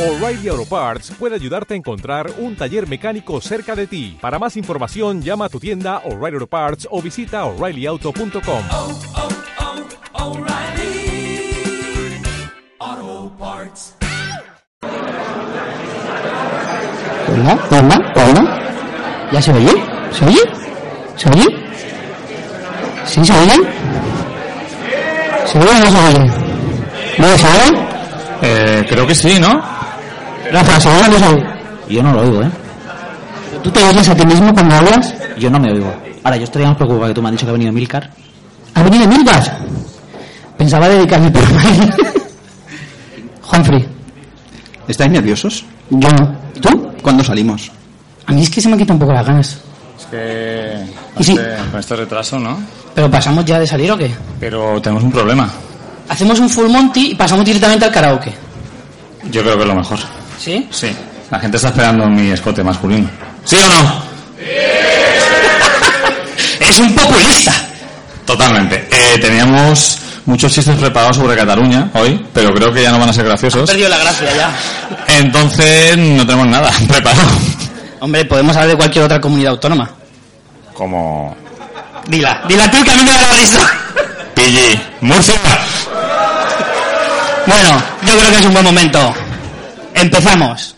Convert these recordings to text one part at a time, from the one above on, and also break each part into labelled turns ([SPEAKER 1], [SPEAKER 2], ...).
[SPEAKER 1] O'Reilly Auto Parts puede ayudarte a encontrar un taller mecánico cerca de ti. Para más información, llama a tu tienda O'Reilly Auto Parts o visita oreillyauto.com.
[SPEAKER 2] Oh, O'Reilly Auto Parts.
[SPEAKER 3] Hola, hola, hola. ¿Ya se oye? ¿Se oye? ¿Se oye? ¿Sí se oye? ¿Se oye o no se oye? ¿No se oye?
[SPEAKER 4] Eh, creo que sí, ¿no?
[SPEAKER 3] Rafa, ¿se oye o no se oye?
[SPEAKER 5] Yo no lo oigo, ¿eh?
[SPEAKER 3] ¿Tú te oyes a ti mismo cuando hablas?
[SPEAKER 5] Yo no me oigo. Ahora, yo estaría más preocupado que tú me has dicho que ha venido Milcar.
[SPEAKER 3] ¿Ha venido Milgas? Pensaba dedicarme por ahí. Humphrey,
[SPEAKER 6] ¿Estáis nerviosos?
[SPEAKER 3] yo no. ¿Tú?
[SPEAKER 6] ¿Cuándo salimos?
[SPEAKER 3] A mí es que se me quitan un poco las ganas.
[SPEAKER 4] Es que
[SPEAKER 3] Y sí.
[SPEAKER 4] este- con este retraso, ¿no?
[SPEAKER 3] ¿Pero pasamos ya de salir o qué?
[SPEAKER 4] Pero tenemos un problema.
[SPEAKER 3] Hacemos un full monty y pasamos directamente al karaoke.
[SPEAKER 4] Yo creo que es lo mejor.
[SPEAKER 3] ¿Sí?
[SPEAKER 4] Sí. La gente está esperando mi escote masculino. ¿Sí o no?
[SPEAKER 3] ¡Es un populista!
[SPEAKER 4] Totalmente. Eh, teníamos muchos chistes preparados sobre Cataluña hoy, pero creo que ya no van a ser
[SPEAKER 5] Ah,
[SPEAKER 4] graciosos.
[SPEAKER 3] Perdió la gracia ya.
[SPEAKER 4] Entonces no tenemos nada preparado.
[SPEAKER 3] Hombre, podemos hablar de cualquier otra comunidad autónoma.
[SPEAKER 4] Como...
[SPEAKER 3] Dila, dila tú que a mí me da la risa.
[SPEAKER 4] Pigi. Murcia.
[SPEAKER 3] Bueno, yo creo que es un buen momento. Empezamos.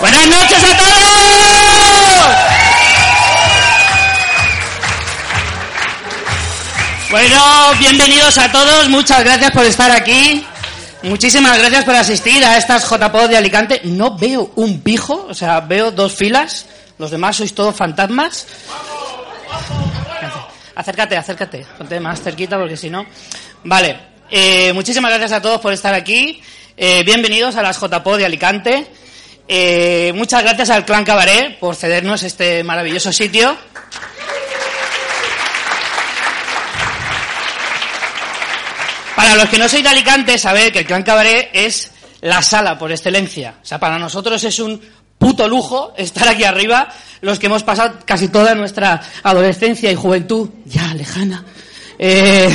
[SPEAKER 3] Buenas noches a todos. Bueno, bienvenidos a todos, muchas gracias por estar aquí. Muchísimas gracias por asistir a estas JPod de Alicante. No veo un pijo, o sea, veo dos filas. Los demás sois todos fantasmas. Acércate, acércate. Ponte más cerquita porque si no. Vale. eh, muchísimas gracias a todos por estar aquí. Eh, bienvenidos a las JPO de Alicante. Eh, muchas gracias al Clan Cabaret por cedernos este maravilloso sitio. Para los que no sois de Alicante, saber que el Clan Cabaret es la sala por excelencia. O sea, para nosotros es un puto lujo estar aquí arriba, los que hemos pasado casi toda nuestra adolescencia y juventud, ya lejana, eh,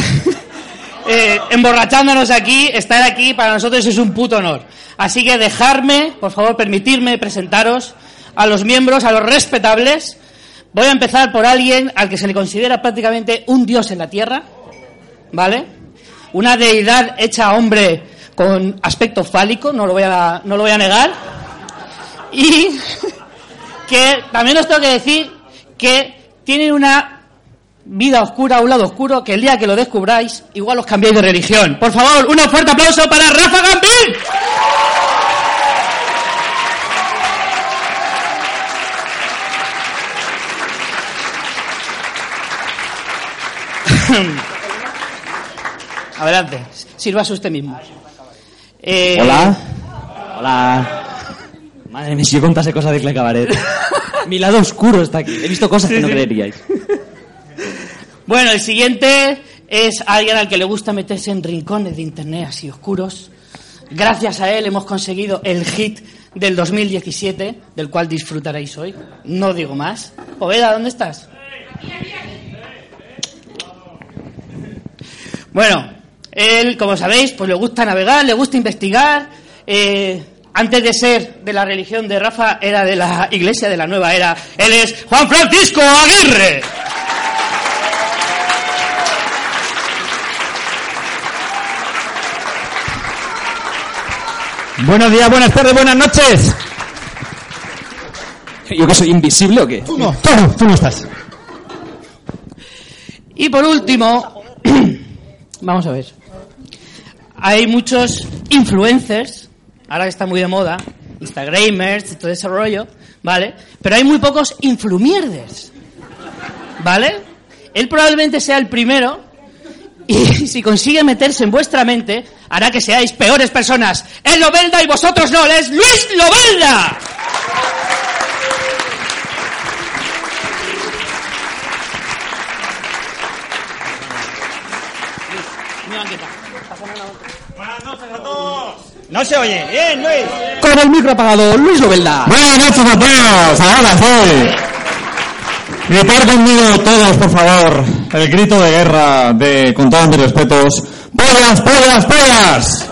[SPEAKER 3] eh, emborrachándonos aquí, estar aquí para nosotros es un puto honor. Así que dejarme, por favor, permitirme presentaros a los miembros, a los respetables. Voy a empezar por alguien al que se le considera prácticamente un dios en la tierra, ¿vale? Una deidad hecha hombre con aspecto fálico, no lo voy a, no lo voy a negar. Y que también os tengo que decir que tiene una vida oscura, un lado oscuro, que el día que lo descubráis, igual os cambiáis de religión. Por favor, un fuerte aplauso para Rafa Gambín. Adelante, sírvase usted mismo. Eh,
[SPEAKER 5] Hola. Hola. Madre mía, si yo contase cosas de Cle Cabaret. Mi lado oscuro está aquí. He visto cosas que no creeríais.
[SPEAKER 3] Bueno, el siguiente es alguien al que le gusta meterse en rincones de internet así oscuros. Gracias a él hemos conseguido el hit del 2017, del cual disfrutaréis hoy. No digo más. Poveda, ¿dónde estás? Bueno, él, como sabéis, pues le gusta navegar, le gusta investigar. Eh, antes de ser de la religión de Rafa, era de la iglesia de la nueva era. Él es Juan Francisco Aguirre.
[SPEAKER 7] Buenos días, buenas tardes, buenas noches.
[SPEAKER 5] ¿Yo que soy invisible o qué?
[SPEAKER 7] Tú no, tú no, tú no estás.
[SPEAKER 3] Y por último, vamos a ver. Hay muchos influencers, ahora que está muy de moda, Instagramers y todo ese rollo, ¿vale? Pero hay muy pocos influmierders, ¿vale? Él probablemente sea el primero y si consigue meterse en vuestra mente, hará que seáis peores personas. Él Lobelda y vosotros no, él es Luis Lobelda.
[SPEAKER 8] No se oye. Bien, Luis.
[SPEAKER 5] Con el micro apagado, Luis Novelda.
[SPEAKER 9] Buenas noches a todos, ahora soy. Gritar conmigo todos, por favor. El grito de guerra de, con todos mis respetos, ¡Pollas, pollas, pollas!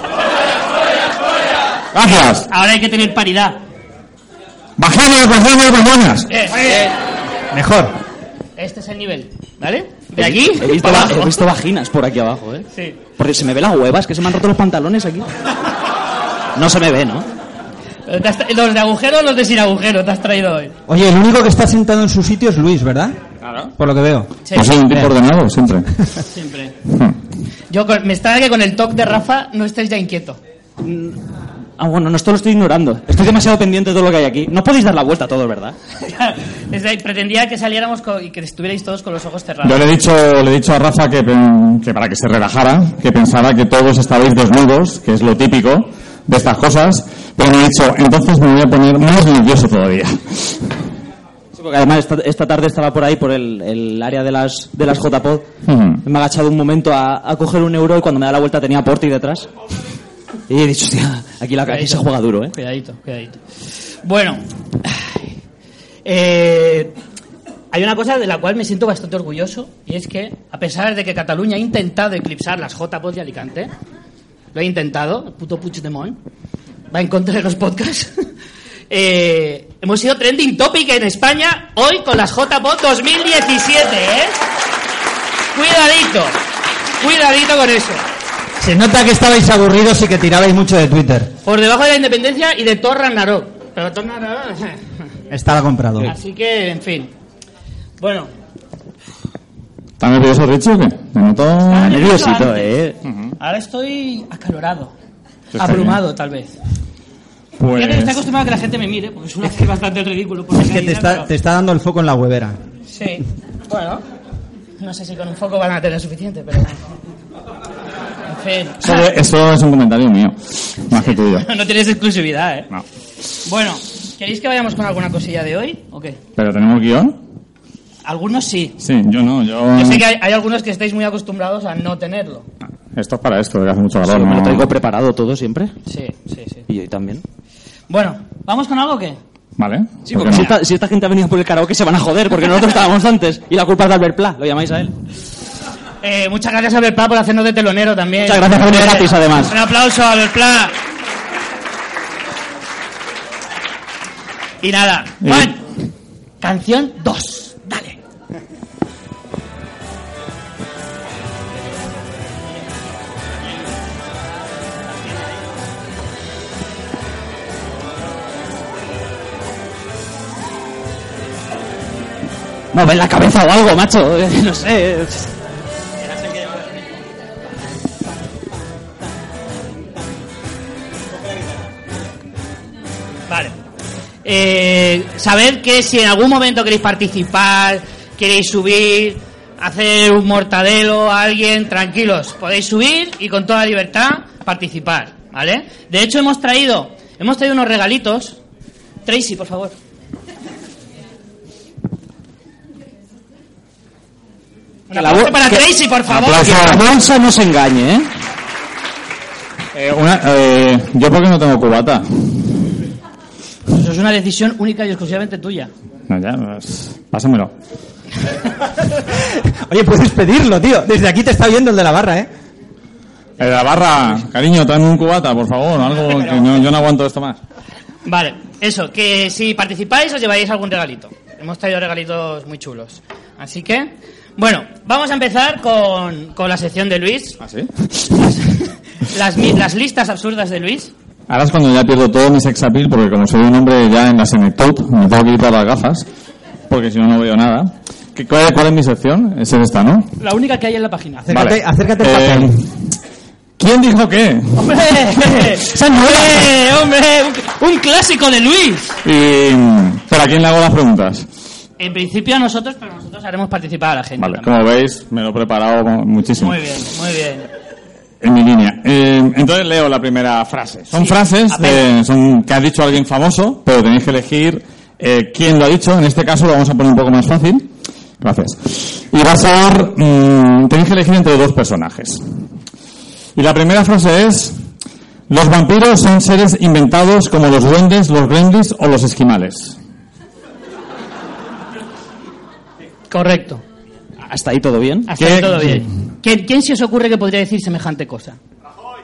[SPEAKER 9] Gracias.
[SPEAKER 3] Ahora hay que tener paridad.
[SPEAKER 9] Bajones, bajones, bajones.
[SPEAKER 3] Bien,
[SPEAKER 7] Mejor.
[SPEAKER 3] Este es el nivel, ¿vale? De aquí.
[SPEAKER 5] He visto,
[SPEAKER 3] para
[SPEAKER 5] va-
[SPEAKER 3] abajo.
[SPEAKER 5] he visto vaginas por aquí abajo, ¿eh?
[SPEAKER 3] Sí.
[SPEAKER 5] Porque se me ve las huevas, que se me han roto los pantalones aquí. No se me ve, ¿no?
[SPEAKER 3] Pero te has tra- Los de agujero, los de sin agujero, te has traído hoy.
[SPEAKER 7] Oye, el único que está sentado en su sitio es Luis, ¿verdad? Claro. Por lo que veo.
[SPEAKER 3] Sí,
[SPEAKER 10] Pues soy un tipo ordenado, siempre.
[SPEAKER 3] siempre. Yo con- me extraña que con el toque de Rafa no estés ya inquieto.
[SPEAKER 5] Ah, bueno, no, esto lo estoy ignorando. Estoy demasiado pendiente de todo lo que hay aquí. No podéis dar la vuelta a todo, ¿verdad?
[SPEAKER 3] Desde ahí, pretendía que saliéramos co- y que estuvierais todos con los ojos
[SPEAKER 10] Yo
[SPEAKER 3] cerrados.
[SPEAKER 10] le he dicho, le he dicho a Rafa que, pen- que para que se relajara, que pensara que todos estabais desnudos, que es lo típico de estas cosas, pero me he dicho, entonces me voy a poner más nervioso todavía.
[SPEAKER 5] Sí, porque además esta, esta tarde estaba por ahí, por el, el área de las, de las JPod.
[SPEAKER 10] Hmm.
[SPEAKER 5] Me he agachado un momento a, a coger un euro y cuando me da la vuelta tenía Porti detrás. Y he dicho, hostia, aquí, la, aquí se juega duro, ¿eh?
[SPEAKER 3] Cuidadito, cuidadito. Bueno. Eh, hay una cosa de la cual me siento bastante orgulloso y es que, a pesar de que Cataluña ha intentado eclipsar las J-Pod de Alicante, lo he intentado, el puto Puigdemont, va en contra de los podcasts. eh, hemos sido trending topic en España hoy con las J-Pod 2017, ¿eh? Cuidadito, cuidadito con eso.
[SPEAKER 7] Se nota que estabais aburridos y que tirabais mucho de Twitter.
[SPEAKER 3] Por debajo de la independencia y de Thor Ragnarok. Pero Thor Ragnarok.
[SPEAKER 7] Estaba comprado.
[SPEAKER 3] Así que, en fin. Bueno,
[SPEAKER 10] ¿Estás nervioso, Richie, o qué? Me noto...
[SPEAKER 3] Ah,
[SPEAKER 5] Nerviosito, ¿eh?
[SPEAKER 3] ahora estoy acalorado.
[SPEAKER 10] Está
[SPEAKER 3] Abrumado, tal vez.
[SPEAKER 7] Pues
[SPEAKER 3] Ya que
[SPEAKER 10] Pues...
[SPEAKER 3] está acostumbrado a que la gente me mire, porque suelo hacer bastante el ridículo. por
[SPEAKER 7] Es que
[SPEAKER 3] la
[SPEAKER 7] te
[SPEAKER 3] calle,
[SPEAKER 7] está,
[SPEAKER 3] pero-
[SPEAKER 7] te está dando el foco en la huevera.
[SPEAKER 3] Sí, bueno. No sé si con un foco van a tener suficiente, pero... En
[SPEAKER 10] Eso, eso es un comentario mío, más que tuyo.
[SPEAKER 3] fin. No tienes exclusividad, ¿eh?
[SPEAKER 10] No.
[SPEAKER 3] Bueno, ¿queréis que vayamos con alguna cosilla de hoy o qué?
[SPEAKER 10] ¿Pero tenemos guión?
[SPEAKER 3] Algunos sí.
[SPEAKER 10] Sí, yo no, yo...
[SPEAKER 3] Yo sé que hay, hay algunos que estáis muy acostumbrados a no tenerlo.
[SPEAKER 10] Esto es para esto, que hace mucho
[SPEAKER 5] Sí,
[SPEAKER 10] calor,
[SPEAKER 5] me
[SPEAKER 10] ¿no?
[SPEAKER 5] lo traigo preparado todo siempre.
[SPEAKER 3] Sí, sí, sí.
[SPEAKER 5] Y hoy también.
[SPEAKER 3] Bueno, ¿vamos con algo o qué?
[SPEAKER 10] ¿Vale?
[SPEAKER 5] Sí,
[SPEAKER 10] ¿Por qué
[SPEAKER 5] porque si
[SPEAKER 10] no?
[SPEAKER 5] esta, si esta gente ha venido por el karaoke se van a joder, porque nosotros estábamos antes. Y la culpa es de Albert Pla, lo llamáis a él.
[SPEAKER 3] Eh, muchas gracias a Belplá por hacernos de telonero también.
[SPEAKER 5] Muchas gracias por venir
[SPEAKER 3] Eh,
[SPEAKER 5] gratis, además.
[SPEAKER 3] Un aplauso a Belplá. Y nada, Juan, canción 2. Dale.
[SPEAKER 5] No, ven la cabeza o algo, macho. No sé.
[SPEAKER 3] Vale. Eh, saber que si en algún momento queréis participar, queréis subir, hacer un mortadelo a alguien, tranquilos, podéis subir y con toda libertad participar, ¿vale? De hecho hemos traído, hemos traído unos regalitos. Tracy, por favor. Un
[SPEAKER 5] Que la
[SPEAKER 3] aplauso
[SPEAKER 5] bo-
[SPEAKER 3] para
[SPEAKER 5] que-
[SPEAKER 3] Tracy, por favor.
[SPEAKER 5] Que la bolsa no se engañe, ¿eh?
[SPEAKER 10] Eh, una, eh, yo porque no tengo cubata.
[SPEAKER 3] Eso es una decisión única y exclusivamente tuya.
[SPEAKER 10] No, ya, pues, pásamelo.
[SPEAKER 7] Oye, puedes pedirlo, tío. Desde aquí te está viendo el de la barra, ¿eh?
[SPEAKER 10] Eh, la barra, cariño, tráeme un cubata, por favor, algo que no- yo no aguanto esto más.
[SPEAKER 3] Vale, eso, que si participáis os lleváis algún regalito. Hemos traído regalitos muy chulos. Así que, bueno, vamos a empezar con, con la sección de Luis,
[SPEAKER 10] ¿Ah, sí?
[SPEAKER 3] las, mi- las listas absurdas de Luis.
[SPEAKER 10] Ahora es cuando ya pierdo todo mi sex appeal, porque como soy un hombre ya en la senectud, me tengo que quitar las gafas, porque si no, no veo nada. ¿Qué, cuál, cuál es mi sección? Es esta, ¿no?
[SPEAKER 3] La única que hay en la página.
[SPEAKER 7] Acércate,
[SPEAKER 10] Vale.
[SPEAKER 7] acércate al
[SPEAKER 10] Eh,
[SPEAKER 7] papel.
[SPEAKER 10] ¿Quién dijo qué?
[SPEAKER 3] ¡Hombre! ¡Hombre! ¡Hombre! Un, un clásico de Luis!
[SPEAKER 10] Y, mm, ¿Pero a quién le hago las preguntas?
[SPEAKER 3] En principio a nosotros, pero nosotros haremos participar a la gente.
[SPEAKER 10] Vale,
[SPEAKER 3] también.
[SPEAKER 10] como veis, me lo he preparado con- muchísimo.
[SPEAKER 3] Muy bien, muy bien.
[SPEAKER 10] En mi línea. Eh, entonces leo la primera frase. Son
[SPEAKER 3] Sí,
[SPEAKER 10] frases
[SPEAKER 3] a ver.
[SPEAKER 10] de- son, que ha dicho alguien famoso, pero tenéis que elegir eh, quién lo ha dicho. En este caso lo vamos a poner un poco más fácil. Gracias. Y va a ser... mm, tenéis que elegir entre dos personajes. Y la primera frase es... Los vampiros son seres inventados como los duendes, los gremlins o los esquimales.
[SPEAKER 3] Correcto.
[SPEAKER 5] Hasta ahí todo bien.
[SPEAKER 3] Hasta
[SPEAKER 10] ¿Qué?
[SPEAKER 3] ahí todo bien. ¿Quién, quién se os ocurre que podría decir semejante cosa? Rajoy.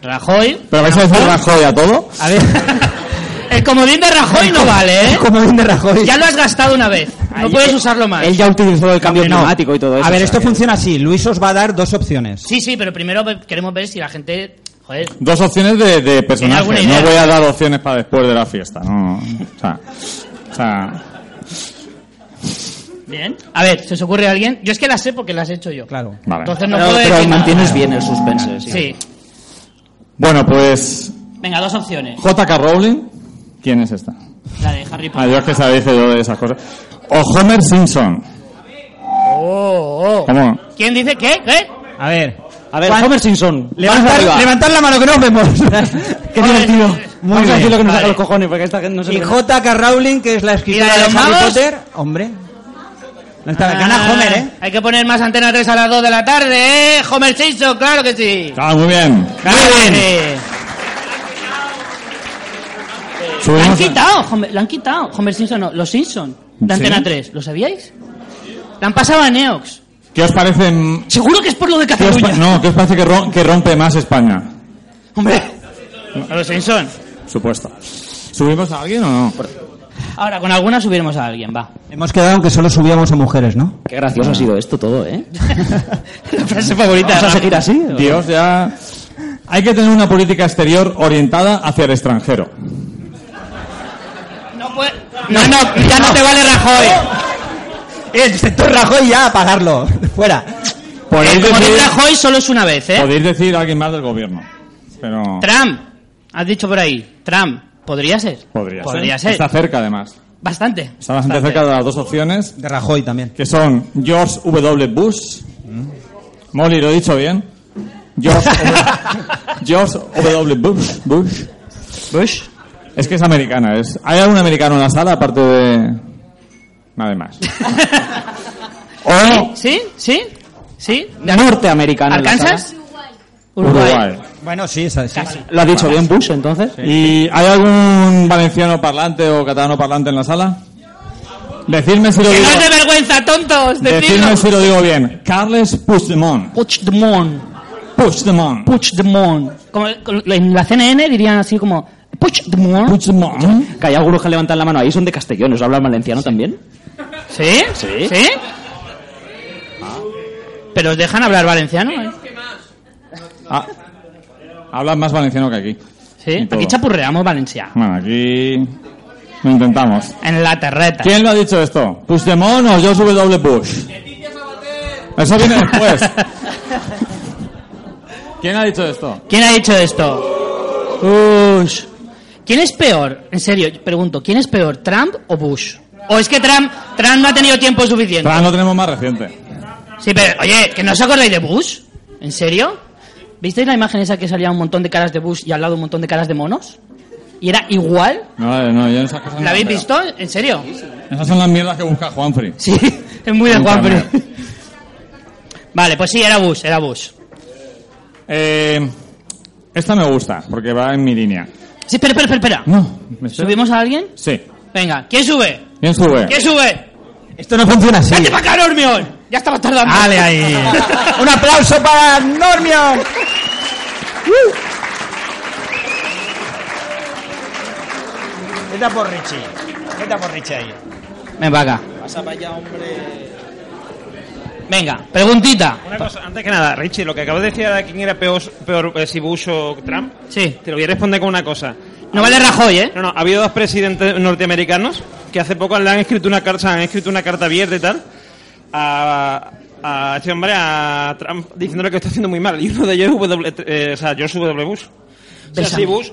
[SPEAKER 3] Rajoy.
[SPEAKER 10] ¿Pero vais a decir Rajoy a todo?
[SPEAKER 5] A ver,
[SPEAKER 3] El comodín de Rajoy no vale, ¿eh?
[SPEAKER 5] como bien de Rajoy.
[SPEAKER 3] Ya lo has gastado una vez. No
[SPEAKER 5] Ahí-
[SPEAKER 3] puedes usarlo más.
[SPEAKER 5] Él ya utilizó el cambio
[SPEAKER 7] No.
[SPEAKER 5] climático y todo eso.
[SPEAKER 7] A ver, esto
[SPEAKER 5] funciona.
[SPEAKER 7] funciona así. Luis os va a dar dos opciones.
[SPEAKER 3] Sí, sí, pero primero ve- queremos ver si la gente. Joder.
[SPEAKER 10] Dos opciones de, de
[SPEAKER 3] alguna
[SPEAKER 10] personajes.
[SPEAKER 3] idea?
[SPEAKER 10] No voy a dar opciones para después de la fiesta. No. O sea, o sea,
[SPEAKER 3] Bien. A ver, ¿se os ocurre a alguien? Yo es que las sé porque las he hecho yo.
[SPEAKER 7] Claro.
[SPEAKER 10] vale.
[SPEAKER 3] Entonces no
[SPEAKER 5] Pero,
[SPEAKER 3] puedo
[SPEAKER 5] pero
[SPEAKER 3] decir nada.
[SPEAKER 5] mantienes bien el suspense. Sí.
[SPEAKER 3] Sí.
[SPEAKER 10] Bueno, pues
[SPEAKER 3] Venga, dos opciones.
[SPEAKER 10] J.K. Rowling. ¿Quién es esta?
[SPEAKER 3] La de Harry Potter.
[SPEAKER 10] Adiós que sabéis yo de esas cosas. O Homer Simpson.
[SPEAKER 3] Oh, oh.
[SPEAKER 10] ¿Cómo?
[SPEAKER 3] ¿Quién dice qué? ¿Qué?
[SPEAKER 7] A ver.
[SPEAKER 5] A ver,
[SPEAKER 7] Juan,
[SPEAKER 5] Homer Simpson. Vamos
[SPEAKER 7] Levantar,
[SPEAKER 5] arriba.
[SPEAKER 7] levantar la mano que nos vemos.
[SPEAKER 5] Qué
[SPEAKER 3] Vale.
[SPEAKER 5] divertido.
[SPEAKER 7] Muy
[SPEAKER 5] Vamos a decir
[SPEAKER 7] bien,
[SPEAKER 5] lo que
[SPEAKER 3] vale.
[SPEAKER 5] nos saca los cojones, porque esta gente no se
[SPEAKER 7] Y
[SPEAKER 5] lo-
[SPEAKER 7] J.K. Rowling, que es la
[SPEAKER 3] ¿Y
[SPEAKER 7] escritora
[SPEAKER 3] la de
[SPEAKER 7] de
[SPEAKER 3] los
[SPEAKER 7] Harry
[SPEAKER 3] magos?
[SPEAKER 7] Potter. Hombre. No está- Gana
[SPEAKER 3] Ah,
[SPEAKER 7] Homer, ¿eh?
[SPEAKER 3] Hay que poner más antena 3 a las 2 de la tarde, ¿eh? Homer Simpson, claro que sí.
[SPEAKER 10] Ah, muy bien.
[SPEAKER 3] Claro que sí. Le han
[SPEAKER 10] Subimos a-
[SPEAKER 3] quitado, Homer, le han quitado. Homer Simpson no, los Simpson. De
[SPEAKER 10] ¿Sí?
[SPEAKER 3] Antena 3, ¿lo sabíais? La han pasado a Neox.
[SPEAKER 10] ¿Qué os parece? mm,
[SPEAKER 3] Seguro que es por lo de
[SPEAKER 10] qué os pa-
[SPEAKER 3] Cataluña.
[SPEAKER 10] no, ¿qué os parece que, rom- que rompe más España?
[SPEAKER 3] Hombre. A los Simpson.
[SPEAKER 10] Supuesto. ¿Subimos a alguien o no?
[SPEAKER 3] Ahora, con alguna subiremos a alguien, va.
[SPEAKER 7] Hemos quedado que solo subíamos a mujeres, ¿no?
[SPEAKER 5] Qué gracioso ha sido esto todo, ¿eh?
[SPEAKER 3] La frase favorita.
[SPEAKER 5] ¿Vamos a
[SPEAKER 3] Rafa.
[SPEAKER 5] seguir así? o-
[SPEAKER 10] Dios, ya. Hay que tener una política exterior orientada hacia el extranjero.
[SPEAKER 3] No, puede- no, no, ya no te vale Rajoy.
[SPEAKER 7] El sector Rajoy ya apagarlo. Fuera.
[SPEAKER 10] Podéis
[SPEAKER 3] El comodín
[SPEAKER 10] decir,
[SPEAKER 3] Rajoy solo es una vez, ¿eh?
[SPEAKER 10] podéis decir a alguien más del gobierno. Pero.
[SPEAKER 3] Trump. Has dicho por ahí. Trump. Podría ser.
[SPEAKER 10] Podría,
[SPEAKER 3] Podría ser.
[SPEAKER 10] ser. Está cerca, además.
[SPEAKER 3] Bastante.
[SPEAKER 10] Está bastante cerca de las dos opciones,
[SPEAKER 7] De Rajoy también.
[SPEAKER 10] que son George W. Bush. Molly, lo he dicho bien. George W. George W. Bush. Bush.
[SPEAKER 5] Bush.
[SPEAKER 10] Es que es americana. Es... ¿Hay algún americano en la sala aparte de.? Nada más. o
[SPEAKER 3] ¿Sí? ¿Sí? ¿Sí?
[SPEAKER 5] Norteamericano. en la
[SPEAKER 3] ¿Arkansas?
[SPEAKER 5] sala.
[SPEAKER 10] Uruguay.
[SPEAKER 7] Bueno, sí, esa- sí.
[SPEAKER 5] ¿Lo ha dicho bien Bush, entonces?
[SPEAKER 10] ¿Y hay algún valenciano parlante o catalano parlante en la sala? Decidme si lo
[SPEAKER 3] ¡Que
[SPEAKER 10] digo.
[SPEAKER 3] no es de vergüenza, tontos!
[SPEAKER 10] Decidme
[SPEAKER 3] ¡Decidlo!
[SPEAKER 10] si lo digo bien. Carles Puigdemont.
[SPEAKER 3] Puigdemont.
[SPEAKER 10] Puigdemont.
[SPEAKER 3] Puigdemont. Como, como- en la CNN dirían así como... Puigdemont.
[SPEAKER 10] Puigdemont.
[SPEAKER 5] Que hay algunos que levantan la mano ahí, son de Castellón, ¿os hablan valenciano también?
[SPEAKER 3] ¿Sí?
[SPEAKER 5] Sí.
[SPEAKER 3] ¿Sí? ¿Pero os dejan hablar valenciano? eh?
[SPEAKER 10] Ah, hablan más valenciano que aquí.
[SPEAKER 3] ¿Sí?
[SPEAKER 10] Y todo.
[SPEAKER 3] Aquí chapurreamos valenciano.
[SPEAKER 10] Bueno, aquí lo intentamos.
[SPEAKER 3] En la terreta.
[SPEAKER 10] ¿Quién lo ha dicho esto? ¿Puigdemont o George W. Bush? Eso viene después. ¿Quién ha dicho esto?
[SPEAKER 3] ¿Quién ha dicho esto? Bush. ¿Quién es peor? En serio, pregunto, ¿quién es peor, Trump o Bush? ¿O es que Trump, Trump no ha tenido tiempo suficiente?
[SPEAKER 10] Fran, lo tenemos más reciente.
[SPEAKER 3] Sí, pero oye, ¿que no os acordáis de Bush? ¿En serio? ¿Visteis la imagen esa que salía un montón de caras de Bush y al lado un montón de caras de monos? Y era igual.
[SPEAKER 10] No, no, yo en esas cosas no
[SPEAKER 3] ¿La habéis
[SPEAKER 10] creo.
[SPEAKER 3] visto? ¿En serio?
[SPEAKER 10] Esas son las mierdas que busca Juanfrey.
[SPEAKER 3] Sí, es muy de
[SPEAKER 10] Nunca
[SPEAKER 3] Juanfrey. Vale, pues sí, era Bush, era Bush.
[SPEAKER 10] Eh, esta me gusta, porque va en mi línea.
[SPEAKER 3] Sí, espera, espera, espera, espera.
[SPEAKER 10] No, ¿me espero?
[SPEAKER 3] ¿Subimos a alguien?
[SPEAKER 10] Sí.
[SPEAKER 3] Venga, ¿quién sube?
[SPEAKER 10] ¿Quién sube?
[SPEAKER 3] ¿Quién sube?
[SPEAKER 7] Esto no funciona así.
[SPEAKER 3] ¡Vete para acá, Normión! Ya estaba tardando.
[SPEAKER 7] Dale ahí. Un aplauso para Normion. Vete a por Richie. Vete a por Richie ahí.
[SPEAKER 3] Ven para acá. Venga, preguntita.
[SPEAKER 11] Una cosa, antes que nada, Richie, lo que acabas de decir de quién era peor, peor eh, si Bush o Trump,
[SPEAKER 3] Sí.
[SPEAKER 11] te lo voy a responder con una cosa.
[SPEAKER 3] No vale Rajoy, ¿eh?
[SPEAKER 11] No, no, ha habido dos presidentes norteamericanos que hace poco le han escrito una carta, han escrito una carta abierta y tal a, a este hombre, a Trump, diciéndole que lo está haciendo muy mal. Y uno de ellos es W, eh, o sea, George W. Bush. O sea,
[SPEAKER 3] Bésame.
[SPEAKER 11] si Bush.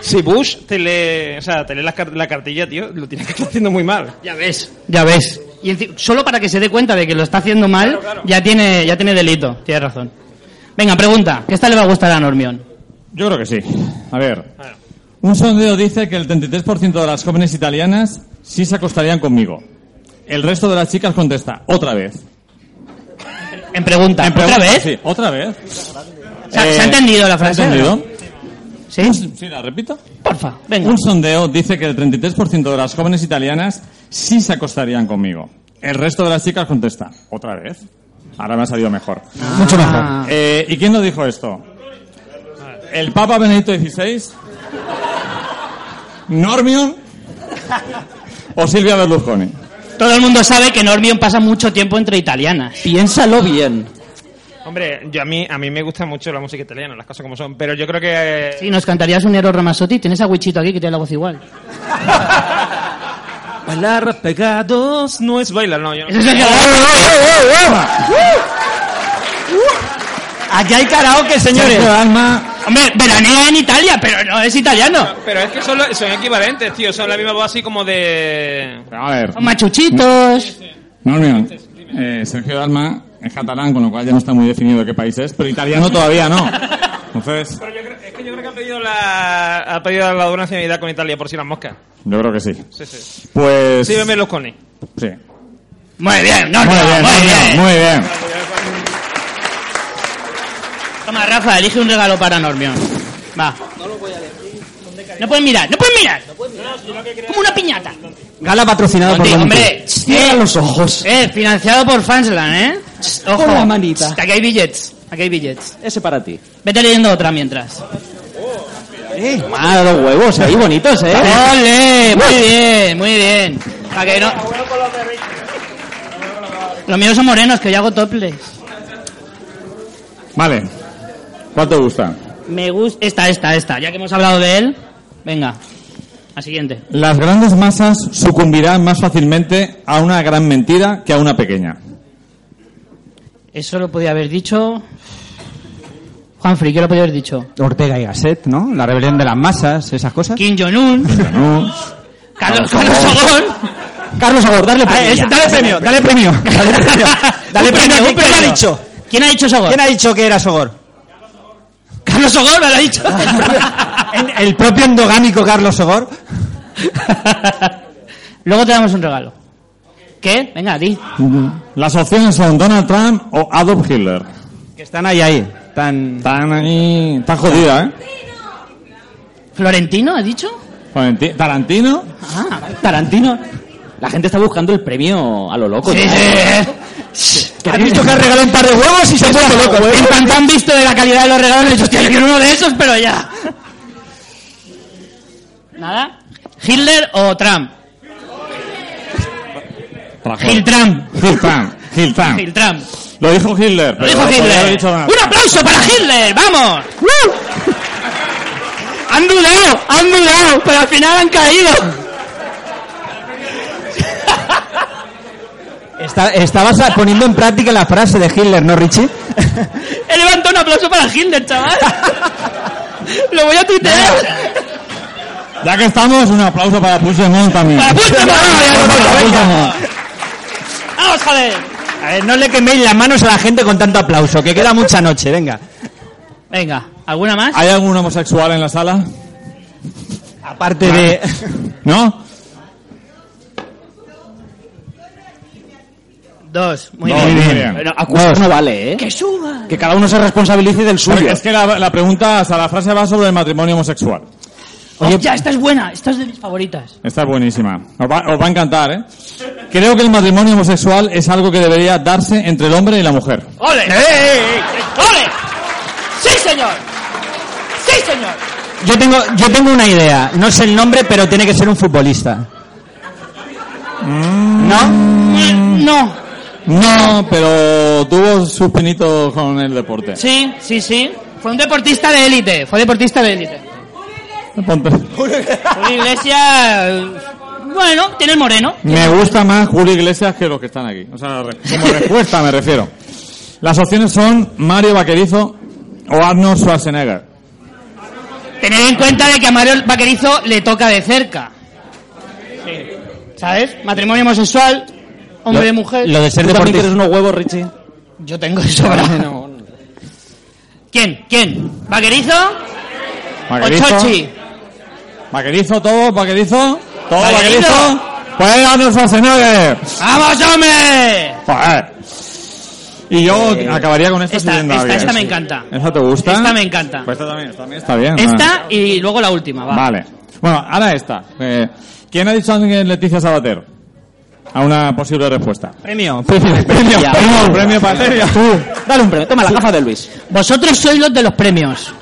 [SPEAKER 11] Si Bush te lee, o sea, te lee la, car- la cartilla, tío, lo tienes que estar haciendo muy mal.
[SPEAKER 3] Ya ves, ya ves. Y enci- solo para que se dé cuenta de que lo está haciendo mal,
[SPEAKER 11] claro.
[SPEAKER 3] ya tiene ya tiene delito. Tienes razón. Venga, pregunta. ¿Qué esta le va a gustar a Normión?
[SPEAKER 10] Yo creo que sí. A ver. Un sondeo dice que el 33% de las jóvenes italianas sí se acostarían conmigo. El resto de las chicas contesta, otra vez.
[SPEAKER 3] En pregunta.
[SPEAKER 10] Pregunta,
[SPEAKER 3] ¿Otra vez?
[SPEAKER 10] Sí, otra vez.
[SPEAKER 3] ¿Se ha-
[SPEAKER 10] Eh,
[SPEAKER 3] se ha entendido la
[SPEAKER 10] ¿se ha
[SPEAKER 3] frase?
[SPEAKER 10] entendido?
[SPEAKER 3] ¿Sí?
[SPEAKER 10] Sí, la repito.
[SPEAKER 3] Porfa, venga.
[SPEAKER 10] Un sondeo dice que el 33% de las jóvenes italianas sí se acostarían conmigo. El resto de las chicas contesta, ¿otra vez? Ahora me ha salido mejor.
[SPEAKER 3] Ah. Mucho mejor.
[SPEAKER 10] Eh, ¿Y quién nos dijo esto? ¿El Papa Benedicto XVI? ¿Normion? ¿O Silvia Berlusconi?
[SPEAKER 3] Todo el mundo sabe que Normion pasa mucho tiempo entre italianas.
[SPEAKER 5] Piénsalo bien.
[SPEAKER 11] Hombre, yo a mí, a mí me gusta mucho la música italiana, las cosas como son, pero yo creo que... eh,
[SPEAKER 3] Sí, nos cantarías un Eros Ramazzotti. Tienes a Wichito aquí que tiene la voz igual.
[SPEAKER 11] Bailar pegados no es bailar, no, yo
[SPEAKER 3] Eso
[SPEAKER 11] no.
[SPEAKER 3] es el karaoke. eh! Aquí hay karaoke, señores. Hombre, veranea en Italia, pero no es italiano.
[SPEAKER 11] Pero es que son, lo- son equivalentes, tío, son la misma voz así como de...
[SPEAKER 10] A ver,
[SPEAKER 3] Son machuchitos.
[SPEAKER 10] Normion, eh, Sergio Dalma es catalán, con lo cual ya no está muy definido qué país es, pero italiano todavía no. Entonces,
[SPEAKER 11] Pero yo creo, es que yo creo que han pedido la, ha pedido la doble nacionalidad con Italia, por si las moscas.
[SPEAKER 10] yo creo que sí.
[SPEAKER 11] Sí, sí.
[SPEAKER 10] Pues...
[SPEAKER 11] Sí, ven los cones.
[SPEAKER 10] sí.
[SPEAKER 3] Muy bien, Normion,
[SPEAKER 10] Muy bien,
[SPEAKER 3] muy bien.
[SPEAKER 10] Normion, muy bien.
[SPEAKER 3] Toma, Rafa, elige un regalo para Normión. Va. No puedes mirar, no puedes mirar. Como una piñata.
[SPEAKER 7] Gala patrocinada por
[SPEAKER 3] Conti,
[SPEAKER 7] Banco.
[SPEAKER 3] hombre,
[SPEAKER 5] Cierra los ojos.
[SPEAKER 3] Eh, financiado por Fansland, ¿eh? Ch, Ojo.
[SPEAKER 5] Con la manita.
[SPEAKER 3] Ch, Aquí hay billets. Aquí hay billets.
[SPEAKER 5] Ese para ti.
[SPEAKER 3] Vete leyendo otra mientras.
[SPEAKER 5] Eh, madre, los huevos ahí bonitos, eh.
[SPEAKER 3] ¡Ole! Muy bien, muy bien. Para que no. Los míos son morenos, que yo hago toples.
[SPEAKER 10] Vale. ¿Cuál te gusta?
[SPEAKER 3] Me gusta. Esta, esta, esta. Ya que hemos hablado de él. Venga. La siguiente.
[SPEAKER 10] Las grandes masas sucumbirán más fácilmente a una gran mentira que a una pequeña.
[SPEAKER 3] Eso lo podía haber dicho. Juanfrey, ¿qué lo podía haber dicho?
[SPEAKER 7] Ortega y Gasset, ¿no? La rebelión de las masas, esas cosas.
[SPEAKER 3] Kim Jong-un,
[SPEAKER 10] No.
[SPEAKER 3] Carlos, Carlos Sogón.
[SPEAKER 7] Carlos Agor, dale
[SPEAKER 3] Ah,
[SPEAKER 7] premio.
[SPEAKER 3] ese-
[SPEAKER 7] ya.
[SPEAKER 3] dale premio,
[SPEAKER 7] dale premio. Dale premio. Dale
[SPEAKER 3] Un
[SPEAKER 7] premio.
[SPEAKER 3] premio, un
[SPEAKER 7] ¿Quién lo ha
[SPEAKER 3] premio.
[SPEAKER 7] dicho?
[SPEAKER 3] ¿Quién ha dicho Sogón?
[SPEAKER 7] ¿Quién ha dicho que era Sogor?
[SPEAKER 3] Carlos Sogón me lo ha dicho.
[SPEAKER 7] En- El propio endogámico Carlos Sogor.
[SPEAKER 3] Luego te damos un regalo. ¿Qué? Venga, di.
[SPEAKER 10] Las opciones son Donald Trump o Adolf Hitler.
[SPEAKER 7] Que están ahí, ahí. Tan...
[SPEAKER 10] Tan ahí... Está jodida, ¿eh?
[SPEAKER 3] ¿Florentino ha dicho?
[SPEAKER 10] Florenti- Tarantino.
[SPEAKER 3] Ah,
[SPEAKER 5] Tarantino. La gente está buscando el premio a lo loco.
[SPEAKER 3] sí,
[SPEAKER 5] ¿no?
[SPEAKER 3] sí.
[SPEAKER 7] ¿Has visto que has regalado un par de huevos y se ha puesto loco?
[SPEAKER 3] En cuanto han visto de la calidad de los regalos, han dicho, hostia, yo quiero uno de esos, pero ya. ¿Nada? ¿Hitler o Trump? Gil Trump.
[SPEAKER 10] Gil Trump. Gil Trump.
[SPEAKER 3] Gil Trump.
[SPEAKER 10] Lo dijo Hitler.
[SPEAKER 3] Lo
[SPEAKER 10] pero
[SPEAKER 3] dijo
[SPEAKER 10] podría haber
[SPEAKER 3] Hitler.
[SPEAKER 10] dicho Donald
[SPEAKER 3] ¡Un aplauso para Hitler! ¡Vamos! ¡Uh! Han dudado, han dudado, pero al final han caído.
[SPEAKER 7] Está- estabas a- poniendo en práctica la frase de Hitler, ¿no, Richie?
[SPEAKER 3] He levantado un aplauso para Hitler, chaval. Lo voy a tuitear.
[SPEAKER 10] Trump. Ya que estamos, un aplauso para Puigdemont también.
[SPEAKER 3] ¡Para
[SPEAKER 10] Puigdemont.
[SPEAKER 3] ¡Vamos, joder!
[SPEAKER 7] A ver, no le queméis las manos a la gente con tanto aplauso, que queda mucha noche, venga.
[SPEAKER 3] Venga, ¿alguna más?
[SPEAKER 10] ¿Hay algún homosexual en la sala?
[SPEAKER 7] Aparte de...
[SPEAKER 10] ¿No?
[SPEAKER 3] Dos. Ah. Muy
[SPEAKER 10] Dos,
[SPEAKER 3] bien.
[SPEAKER 10] muy bien.
[SPEAKER 5] Pero acusar no vale, eh.
[SPEAKER 3] ¡Que suba!
[SPEAKER 7] Que cada uno se responsabilice del
[SPEAKER 10] Porque
[SPEAKER 7] suyo.
[SPEAKER 10] Es que la, la pregunta, o sea, la frase va sobre el matrimonio homosexual.
[SPEAKER 3] Oye, ya, esta es buena. Esta es de mis favoritas.
[SPEAKER 10] Esta es buenísima. Os va, os va a encantar, ¿eh? Creo que el matrimonio homosexual es algo que debería darse entre el hombre y la mujer.
[SPEAKER 3] ¡Ole! ¡Ole! ¡Sí, señor! ¡Sí, señor!
[SPEAKER 7] Yo tengo, yo tengo una idea. No sé el nombre, pero tiene que ser un futbolista. ¿No?
[SPEAKER 3] No.
[SPEAKER 10] No, pero tuvo sus pinitos con el deporte.
[SPEAKER 3] Sí, sí, sí. Fue un deportista de élite. Fue deportista de élite.
[SPEAKER 10] Ponte-
[SPEAKER 3] Julio Iglesias. Bueno, tiene el moreno.
[SPEAKER 10] Me gusta más Julio Iglesias que los que están aquí. O sea, re- como respuesta me refiero. Las opciones son Mario Vaquerizo o Arnold Schwarzenegger.
[SPEAKER 3] Tened en cuenta de que a Mario Vaquerizo le toca de cerca. ¿Sabes? Matrimonio homosexual, hombre y mujer.
[SPEAKER 7] Lo de ser
[SPEAKER 5] ¿Tú también
[SPEAKER 7] deportista.
[SPEAKER 5] quieres unos huevos, Richie?
[SPEAKER 3] Yo tengo eso. ¿Quién? ¿Quién? ¿Vaquerizo o Chochi?
[SPEAKER 10] Vaquerizo, todo, vaquerizo. Todo
[SPEAKER 3] Vaquerizo.
[SPEAKER 10] vaquerizo. Pues Arnold Schwarzenegger.
[SPEAKER 7] Ah.
[SPEAKER 3] ¡Vamos, hombre!
[SPEAKER 10] Joder. Y yo acabaría con esta
[SPEAKER 3] Eh, esta-
[SPEAKER 10] siguiendo a
[SPEAKER 3] esta-
[SPEAKER 10] Avies.
[SPEAKER 3] esta me encanta.
[SPEAKER 10] ¿Esta te gusta?
[SPEAKER 3] Esta me encanta.
[SPEAKER 10] Pues esta también, esta también está bien.
[SPEAKER 3] Esta y luego la última, va.
[SPEAKER 10] Vale. Bueno, ahora esta. Eh, ¿Quién ha dicho antes Leticia Sabater? A una posible respuesta.
[SPEAKER 5] Premio.
[SPEAKER 10] Premio, premio,
[SPEAKER 12] Ya.
[SPEAKER 10] premio, premio para Celia.
[SPEAKER 12] Dale un premio. Toma la gafa de Luis.
[SPEAKER 3] Vosotros sois los de los premios.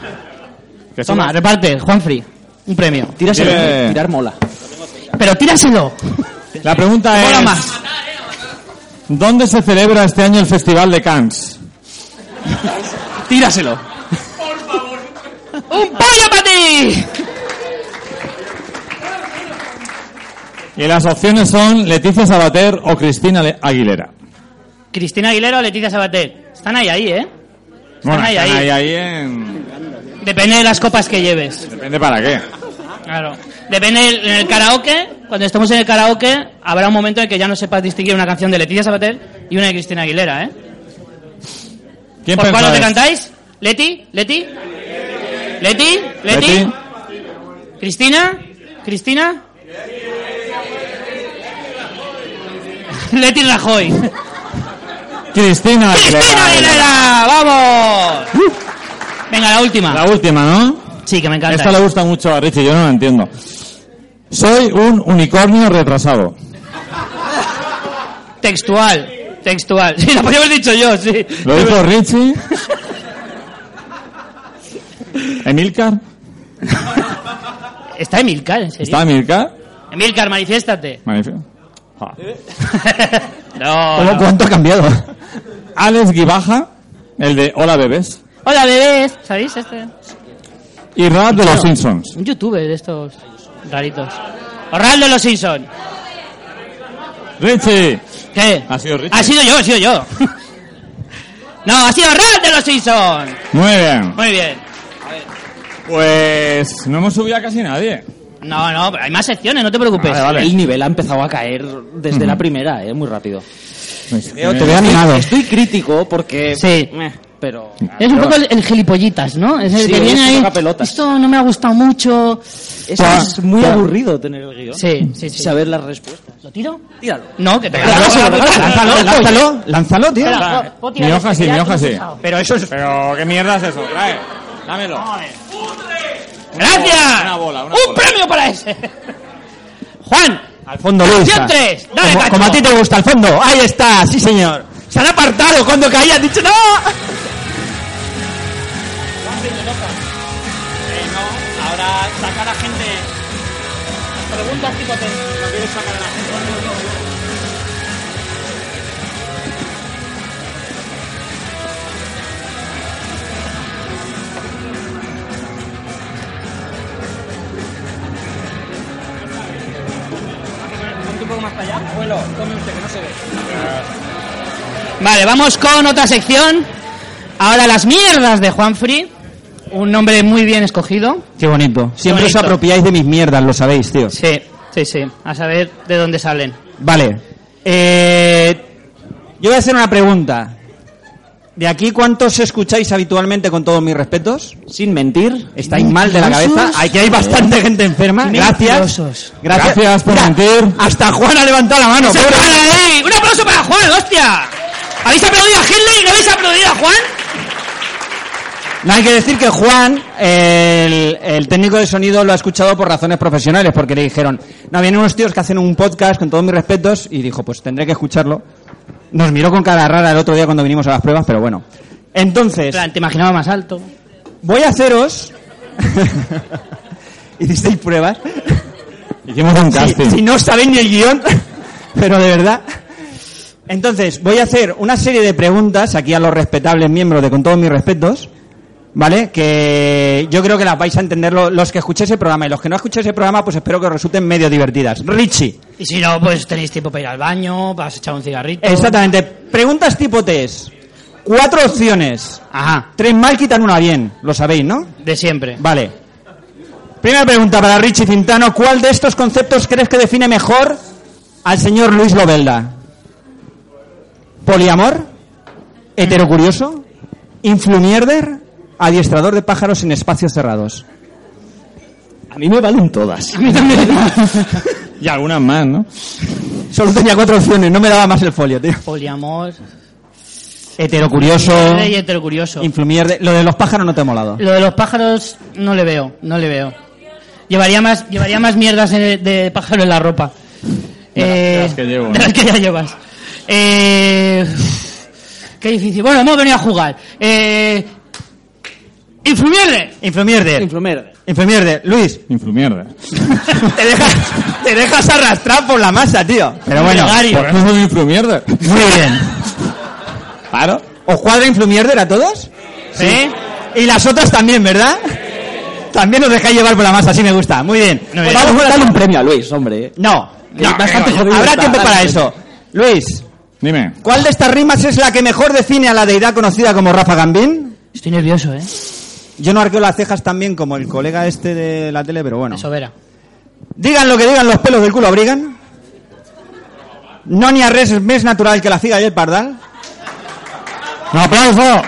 [SPEAKER 10] Que sí,
[SPEAKER 3] Toma, reparte, Juanfri. Un premio.
[SPEAKER 12] Tíraselo. eh,
[SPEAKER 10] Bien.
[SPEAKER 12] Tirar mola.
[SPEAKER 3] Pero tíraselo.
[SPEAKER 10] La pregunta
[SPEAKER 3] Mola
[SPEAKER 10] es...
[SPEAKER 3] más.
[SPEAKER 10] ¿Dónde se celebra este año el Festival de Cannes?
[SPEAKER 12] Tíraselo.
[SPEAKER 3] ¡Un pollo para ti!
[SPEAKER 10] Y las opciones son Leticia Sabater o Cristina Le- Aguilera.
[SPEAKER 3] Cristina Aguilera o Leticia Sabater. Están ahí, ahí, ¿eh? Están
[SPEAKER 10] Bueno,
[SPEAKER 3] ahí,
[SPEAKER 10] están
[SPEAKER 3] ahí.
[SPEAKER 10] ahí, ahí en...
[SPEAKER 3] Depende de las copas que lleves.
[SPEAKER 10] Depende para qué.
[SPEAKER 3] Claro. Depende del- en el karaoke. Cuando estemos en el karaoke, habrá un momento en que ya no sepas distinguir una canción de Leticia Sabater y una de Cristina Aguilera, ¿eh?
[SPEAKER 10] ¿Quién
[SPEAKER 3] ¿Por Pues, cuál no te
[SPEAKER 10] pensáis?
[SPEAKER 3] cantáis? ¿Leti? ¿Leti? ¿Leti? ¿Leti?
[SPEAKER 10] Leti.
[SPEAKER 3] ¿Cristina? ¿Cristina? Leti Rajoy.
[SPEAKER 10] Cristina Aguilera.
[SPEAKER 3] ¡Cristina Aguilera! ¡Vamos! Venga, la última.
[SPEAKER 10] Uh. Ah. La última, ¿no?
[SPEAKER 3] Sí, que me encanta.
[SPEAKER 10] Esta le gusta mucho a Richie, yo no la entiendo. Soy un unicornio retrasado.
[SPEAKER 3] Textual. Textual. Sí, la podría haber dicho yo, sí.
[SPEAKER 10] Lo dijo Richie. Emilcar.
[SPEAKER 3] Está Emilcar, en serio.
[SPEAKER 10] ¿Está Emilcar?
[SPEAKER 3] Emilcar, manifiéstate.
[SPEAKER 10] Magnífico. Ja.
[SPEAKER 3] no, no.
[SPEAKER 10] ¿Cuánto ha cambiado? Alex Gibaja, el de Hola Bebés.
[SPEAKER 3] Hola, bebés. ¿Sabéis este?
[SPEAKER 10] Y Rad de los Simpsons.
[SPEAKER 3] Un youtuber de estos raritos. Orlando de los Simpson.
[SPEAKER 10] Richie.
[SPEAKER 3] ¿Qué?
[SPEAKER 10] Ha sido Richie.
[SPEAKER 3] Ha sido yo, ha sido yo. no, ha sido Orlando de los Simpson.
[SPEAKER 10] Muy bien.
[SPEAKER 3] Muy bien.
[SPEAKER 10] Pues no hemos subido a casi nadie.
[SPEAKER 3] No, no, pero hay más secciones, no te preocupes.
[SPEAKER 10] Vale, vale.
[SPEAKER 12] El nivel ha empezado a caer desde la primera, eh, muy rápido.
[SPEAKER 10] Te veo
[SPEAKER 12] animado. Estoy crítico porque.
[SPEAKER 3] Sí.
[SPEAKER 12] Meh, pero.
[SPEAKER 3] Es un poco el, el gilipollitas, ¿no? Es el
[SPEAKER 12] Sí,
[SPEAKER 3] que
[SPEAKER 12] es
[SPEAKER 3] viene
[SPEAKER 12] un
[SPEAKER 3] ahí.
[SPEAKER 12] tocapelotas.
[SPEAKER 3] Esto no me ha gustado mucho.
[SPEAKER 12] Es, que es muy aburrido tener el guión.
[SPEAKER 3] Sí, sí, sí.
[SPEAKER 12] Y saber las respuestas.
[SPEAKER 3] ¿Lo tiro?
[SPEAKER 12] Tíralo.
[SPEAKER 3] No, que te
[SPEAKER 12] Lánzalo,
[SPEAKER 5] Lánzalo, lánzalo, lánzalo, tío.
[SPEAKER 3] Espera, puedo tirar
[SPEAKER 10] Mi
[SPEAKER 3] este,
[SPEAKER 10] hoja sí,
[SPEAKER 3] que ya
[SPEAKER 10] mi
[SPEAKER 3] lo
[SPEAKER 10] hoja
[SPEAKER 3] hemos
[SPEAKER 10] sí.
[SPEAKER 3] usado.
[SPEAKER 10] Pero eso es. Pero qué mierda es eso. Trae. Dámelo.
[SPEAKER 3] ¡Gracias!
[SPEAKER 10] Una bola, una
[SPEAKER 3] ¡Un
[SPEAKER 10] bola.
[SPEAKER 3] premio para ese! Juan,
[SPEAKER 5] Al fondo, Luis.
[SPEAKER 3] Opción tres. Dale,
[SPEAKER 5] como,
[SPEAKER 3] Nacho.
[SPEAKER 5] como a ti te gusta, al fondo. Ahí está, sí, señor. Se han apartado cuando caía. Han dicho, no.
[SPEAKER 3] Ahora sacar a gente. Preguntas tipo Vale, vamos con otra sección. Ahora las mierdas de Juanfrey. Un nombre muy bien escogido.
[SPEAKER 5] Qué bonito. Siempre
[SPEAKER 3] Bonito.
[SPEAKER 5] os apropiáis de mis mierdas, lo sabéis, tío.
[SPEAKER 3] Sí, sí, sí. A saber de dónde salen.
[SPEAKER 5] Vale. Eh, yo voy a hacer una pregunta. ¿De aquí cuántos escucháis habitualmente con todos mis respetos?
[SPEAKER 12] Sin mentir.
[SPEAKER 5] ¿Estáis mal de la cabeza? Aquí hay bastante gente enferma. Gracias.
[SPEAKER 3] Mentirosos.
[SPEAKER 10] Eh, Gracias por mentir.
[SPEAKER 5] Hasta Juan ha levantado la mano.
[SPEAKER 3] ¡Se
[SPEAKER 5] pobre.
[SPEAKER 3] para ahí! ¡Un aplauso para Juan, hostia! ¿Habéis aplaudido a Hitler y no habéis aplaudido a Juan?
[SPEAKER 5] No hay que decir que Juan, el, el técnico de sonido, lo ha escuchado por razones profesionales, porque le dijeron, no, vienen unos tíos que hacen un podcast con todos mis respetos, y dijo, pues tendré que escucharlo. Nos miró con cara rara el otro día cuando vinimos a las pruebas, pero bueno.
[SPEAKER 3] En
[SPEAKER 5] Entonces,
[SPEAKER 3] plan, te imaginaba más alto.
[SPEAKER 5] voy a haceros... ¿Hicisteis pruebas?
[SPEAKER 10] Hicimos un
[SPEAKER 5] Si,
[SPEAKER 10] casting.
[SPEAKER 5] si no sabéis ni el guión, pero de verdad. Entonces, voy a hacer una serie de preguntas aquí a los respetables miembros de Con todos mis respetos, ¿vale? Que yo creo que las vais a entender lo- los que escuchéis el programa y los que no escuchéis el programa, pues espero que os resulten medio divertidas. Richie,
[SPEAKER 3] Y si no, pues tenéis tiempo para ir al baño, para echar un cigarrito.
[SPEAKER 5] exactamente. Preguntas tipo test. Cuatro opciones.
[SPEAKER 3] Ajá,
[SPEAKER 5] Tres mal quitan una bien, lo sabéis, ¿no?
[SPEAKER 3] de siempre.
[SPEAKER 5] Vale. Primera pregunta para Richie Cintano. ¿Cuál de estos conceptos crees que define mejor al señor Luis Lobelda? ¿Poliamor? ¿Heterocurioso? ¿Influmierder? ¿Adiestrador de pájaros en espacios cerrados?
[SPEAKER 12] A mí me valen todas.
[SPEAKER 10] Y algunas más, ¿no?
[SPEAKER 5] Solo tenía cuatro opciones, no me daba más el folio, tío.
[SPEAKER 3] Poliamor.
[SPEAKER 7] Heterocurioso.
[SPEAKER 3] Ley heterocurioso.
[SPEAKER 7] Influmierde. Lo de los pájaros no te ha molado.
[SPEAKER 3] Lo de los pájaros no le veo, no le veo. Llevaría más, llevaría más mierdas en- de pájaro en la ropa. Eh,
[SPEAKER 10] las que llevo,
[SPEAKER 3] de
[SPEAKER 10] ¿no?
[SPEAKER 3] las que ya llevas. Eh, qué difícil. Bueno, hemos venido a jugar. Eh, ¡Influmierde!
[SPEAKER 7] Influmierde.
[SPEAKER 5] Influmer.
[SPEAKER 7] Influmierde. Luis,
[SPEAKER 10] Influmierda.
[SPEAKER 7] te dejas, te dejas arrastrar por la masa, tío. Pero bueno.
[SPEAKER 3] Gregario.
[SPEAKER 10] ¿Por qué no es influmierda?
[SPEAKER 7] Muy bien.
[SPEAKER 10] Claro.
[SPEAKER 7] ¿Os cuadra Influmierder a todos?
[SPEAKER 3] ¿Sí?
[SPEAKER 7] Y las otras también, ¿verdad? También os dejáis llevar por la masa, así me gusta. Muy bien.
[SPEAKER 5] Pues vamos a darle un premio a Luis, hombre.
[SPEAKER 7] No, no,
[SPEAKER 5] bastante jodido
[SPEAKER 7] habrá
[SPEAKER 5] está.
[SPEAKER 7] tiempo para eso. Luis,
[SPEAKER 10] Dime.
[SPEAKER 7] ¿cuál de estas rimas es la que mejor define a la deidad conocida como Rafa Gambín?
[SPEAKER 3] Estoy nervioso, ¿eh?
[SPEAKER 7] Yo no arqueo las cejas tan bien como el colega este de la tele, pero bueno.
[SPEAKER 3] Eso verá.
[SPEAKER 7] Digan lo que digan, los pelos del culo abrigan. No ni a res es más natural que la figa y el pardal.
[SPEAKER 10] ¡Un aplauso!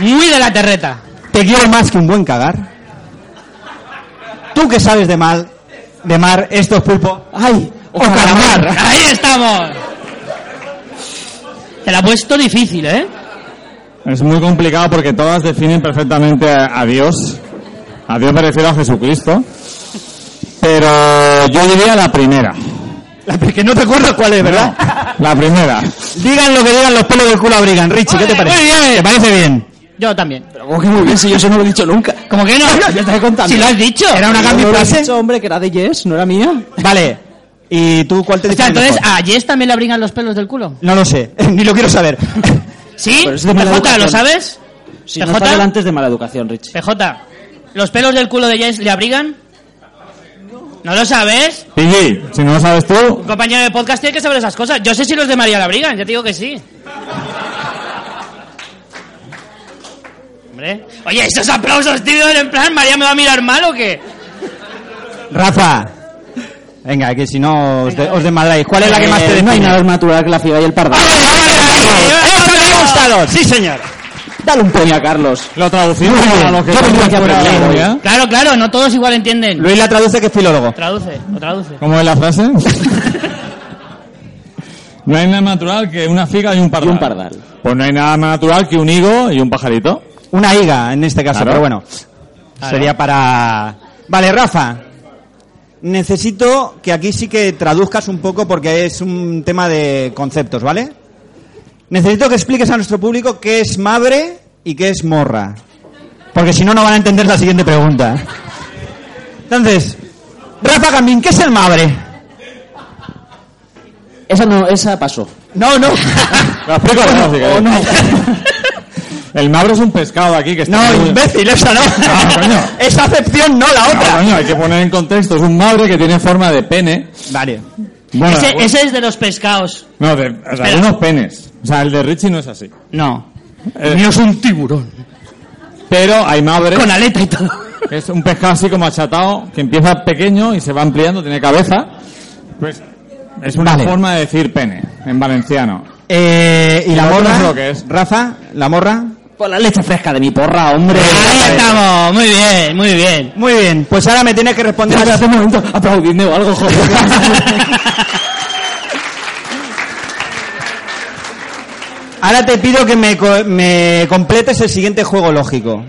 [SPEAKER 3] Muy de la terreta.
[SPEAKER 7] Te quiero más que un buen cagar. Tú que sabes de mal, de mar, esto es pulpo. ¡Ay! ¡O calamar!
[SPEAKER 3] Ahí estamos. Te la he puesto difícil, ¿eh?
[SPEAKER 10] Es muy complicado porque todas definen perfectamente a, a Dios. A Dios me refiero a Jesucristo. Pero Eh, yo diría la primera.
[SPEAKER 7] Porque no te acuerdas cuál es, ¿verdad?
[SPEAKER 10] La primera.
[SPEAKER 7] Digan lo que digan, los pelos del culo abrigan. Richie, ¿qué te
[SPEAKER 3] Ole,
[SPEAKER 7] parece? ¿Te parece bien?
[SPEAKER 3] Yo también.
[SPEAKER 5] Pero ¿cómo que muy bien si yo eso no lo he dicho nunca?
[SPEAKER 3] ¿Cómo que no?
[SPEAKER 5] Ya te he contado.
[SPEAKER 3] Si lo has dicho.
[SPEAKER 7] Era una
[SPEAKER 5] ¿No
[SPEAKER 7] cambio
[SPEAKER 5] lo he
[SPEAKER 7] frase.
[SPEAKER 5] dicho, hombre, que era de Yes, no era mía.
[SPEAKER 7] Vale. ¿Y tú cuál te
[SPEAKER 3] O sea,
[SPEAKER 7] define
[SPEAKER 3] entonces
[SPEAKER 7] mejor?
[SPEAKER 3] a Jess también le abrigan los pelos del culo.
[SPEAKER 7] No lo sé, ni lo quiero saber.
[SPEAKER 3] ¿Sí?
[SPEAKER 5] Pero es de mala
[SPEAKER 3] PJ, ¿lo
[SPEAKER 5] educación.
[SPEAKER 3] sabes?
[SPEAKER 5] Si no
[SPEAKER 3] PJ,
[SPEAKER 5] está delante es de mala educación, Rich.
[SPEAKER 3] PJ, ¿los pelos del culo de Jess le abrigan? ¿No lo sabes?
[SPEAKER 10] Piggy, si no lo sabes tú,
[SPEAKER 3] Un compañero de podcast tiene que saber esas cosas. Yo sé si los de María le abrigan, ya te digo que sí. Hombre. Oye, esos aplausos, tío, en plan, ¿María me va a mirar mal o qué?
[SPEAKER 7] Rafa. Venga, que si no os, de, os desmadráis. ¿Cuál es la que más te
[SPEAKER 5] Eh, No hay
[SPEAKER 7] define?
[SPEAKER 5] nada más natural que la figa y el pardal.
[SPEAKER 7] ¡Eso me ha gustado! ¡Sí, señor!
[SPEAKER 5] Dale un premio a Carlos.
[SPEAKER 10] lo traducimos para lo que
[SPEAKER 5] Yo pensaba que
[SPEAKER 10] fuera
[SPEAKER 5] aprendí
[SPEAKER 10] la
[SPEAKER 5] algo,
[SPEAKER 10] idea.
[SPEAKER 3] Claro, claro, no todos igual entienden.
[SPEAKER 7] Luis la traduce que es filólogo.
[SPEAKER 3] Traduce, o traduce.
[SPEAKER 10] ¿Cómo es la frase? no hay nada más natural que una figa y un pardal.
[SPEAKER 5] Y un pardal.
[SPEAKER 10] Pues no hay nada más natural que un higo y un pajarito.
[SPEAKER 7] Una higa en este caso,
[SPEAKER 10] Claro.
[SPEAKER 7] pero bueno. Sería para. Vale, Rafa. Necesito que aquí sí que traduzcas un poco porque es un tema de conceptos, ¿vale? Necesito que expliques a nuestro público qué es madre y qué es morra. Porque si no, no van a entender la siguiente pregunta. Entonces, Rafa Gambín, ¿qué es el madre?
[SPEAKER 5] Esa no, esa pasó.
[SPEAKER 7] No, no.
[SPEAKER 10] Lo explico yo, si queréis. El magro es un pescado aquí que está...
[SPEAKER 7] No,
[SPEAKER 10] muy-
[SPEAKER 7] imbécil, esa no.
[SPEAKER 10] No, Ah, coño.
[SPEAKER 7] Esa acepción no, la
[SPEAKER 10] No,
[SPEAKER 7] otra.
[SPEAKER 10] coño, hay que poner en contexto. Es un mabre que tiene forma de pene.
[SPEAKER 7] Vale.
[SPEAKER 10] Bueno,
[SPEAKER 3] Ese, ese es de los pescados.
[SPEAKER 10] No, de, o sea, de
[SPEAKER 3] Espera.
[SPEAKER 10] unos penes. O sea, el de Richie no es así.
[SPEAKER 3] No.
[SPEAKER 10] Eh,
[SPEAKER 3] es un tiburón.
[SPEAKER 10] pero hay mabres
[SPEAKER 3] Con aleta y todo.
[SPEAKER 10] que es un pescado así como achatado, que empieza pequeño y se va ampliando, tiene cabeza. Pues es una
[SPEAKER 7] Vale.
[SPEAKER 10] forma de decir pene en valenciano.
[SPEAKER 7] Eh, ¿Y la
[SPEAKER 10] No, no
[SPEAKER 7] morra?
[SPEAKER 10] sé lo que es.
[SPEAKER 7] Rafa, la morra.
[SPEAKER 5] Por la leche fresca de mi porra, hombre.
[SPEAKER 3] Ahí estamos, muy bien, muy bien.
[SPEAKER 7] Muy bien, pues ahora me tienes que responder.
[SPEAKER 5] Espérate un momento, aplaudidme o algo, joder.
[SPEAKER 7] Ahora te pido que me, co- me completes el siguiente juego lógico.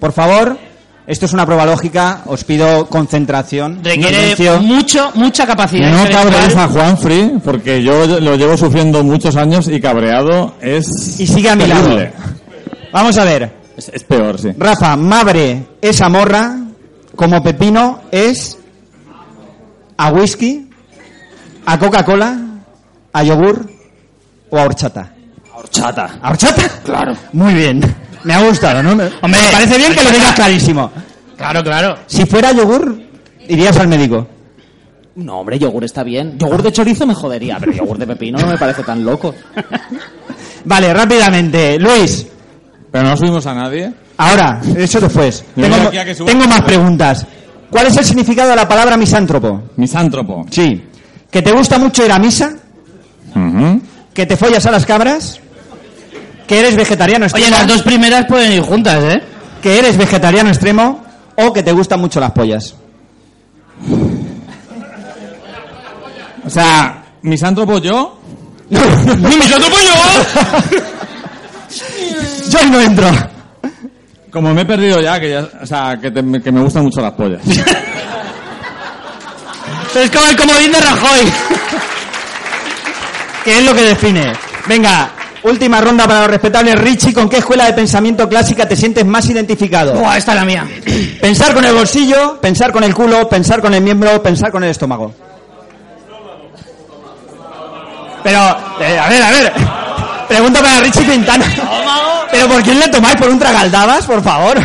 [SPEAKER 7] Por favor, esto es una prueba lógica, os pido concentración.
[SPEAKER 3] Requiere
[SPEAKER 7] silencio.
[SPEAKER 3] mucho, mucha capacidad.
[SPEAKER 10] No
[SPEAKER 3] intelectual.
[SPEAKER 10] cabréis a Juanfrey, porque yo lo llevo sufriendo muchos años y cabreado es.
[SPEAKER 7] Y sigue a mi lado.
[SPEAKER 10] terrible.
[SPEAKER 7] Vamos a ver,
[SPEAKER 10] Es, es peor, sí.
[SPEAKER 7] Rafa, madre es a morra, como pepino es a whisky, a Coca-Cola, a yogur o a horchata.
[SPEAKER 5] Horchata.
[SPEAKER 7] ¿A horchata? Claro. Muy bien. Me ha gustado, ¿no? Me,
[SPEAKER 3] Hombre,
[SPEAKER 7] me parece bien que lo
[SPEAKER 3] horchata.
[SPEAKER 7] tengas clarísimo.
[SPEAKER 3] Claro, claro.
[SPEAKER 7] Si fuera yogur, irías al médico.
[SPEAKER 5] No, hombre, yogur está bien. Yogur de chorizo me jodería, pero yogur de pepino no me parece tan loco.
[SPEAKER 7] Vale, rápidamente. Luis,
[SPEAKER 10] Pero no subimos a nadie.
[SPEAKER 7] ahora, eso después.
[SPEAKER 10] Yo
[SPEAKER 7] Tengo,
[SPEAKER 10] voy aquí a que suba.
[SPEAKER 7] tengo más preguntas. ¿Cuál es el significado de la palabra misántropo?
[SPEAKER 10] Misántropo.
[SPEAKER 7] Sí. ¿Que te gusta mucho ir a misa?
[SPEAKER 10] Ujú.
[SPEAKER 7] ¿Que te follas a las cabras? ¿Que eres vegetariano extremo?
[SPEAKER 3] Oye, las dos primeras pueden ir juntas, ¿eh?
[SPEAKER 7] ¿Que eres vegetariano extremo? ¿O que te gustan mucho las pollas?
[SPEAKER 10] O sea, Ah, misántropo yo
[SPEAKER 11] ¡Mi santo pollo!
[SPEAKER 7] Yo ahí no entro.
[SPEAKER 10] Como me he perdido ya, que ya, o sea, que, te- que me gustan mucho las pollas.
[SPEAKER 7] Es como el comodín de Rajoy. ¿Qué es lo que define? Venga, última ronda para los respetables. Richie, ¿con qué escuela de pensamiento clásica te sientes más identificado?
[SPEAKER 3] Buah, esta es la mía.
[SPEAKER 7] Pensar con el bolsillo, pensar con el culo, pensar con el miembro, pensar con el estómago. Pero, eh, a ver, a ver. Pregunta para Richie Quintana. ¿Pero por quién le tomáis? ¿Por un tragaldabas, por favor?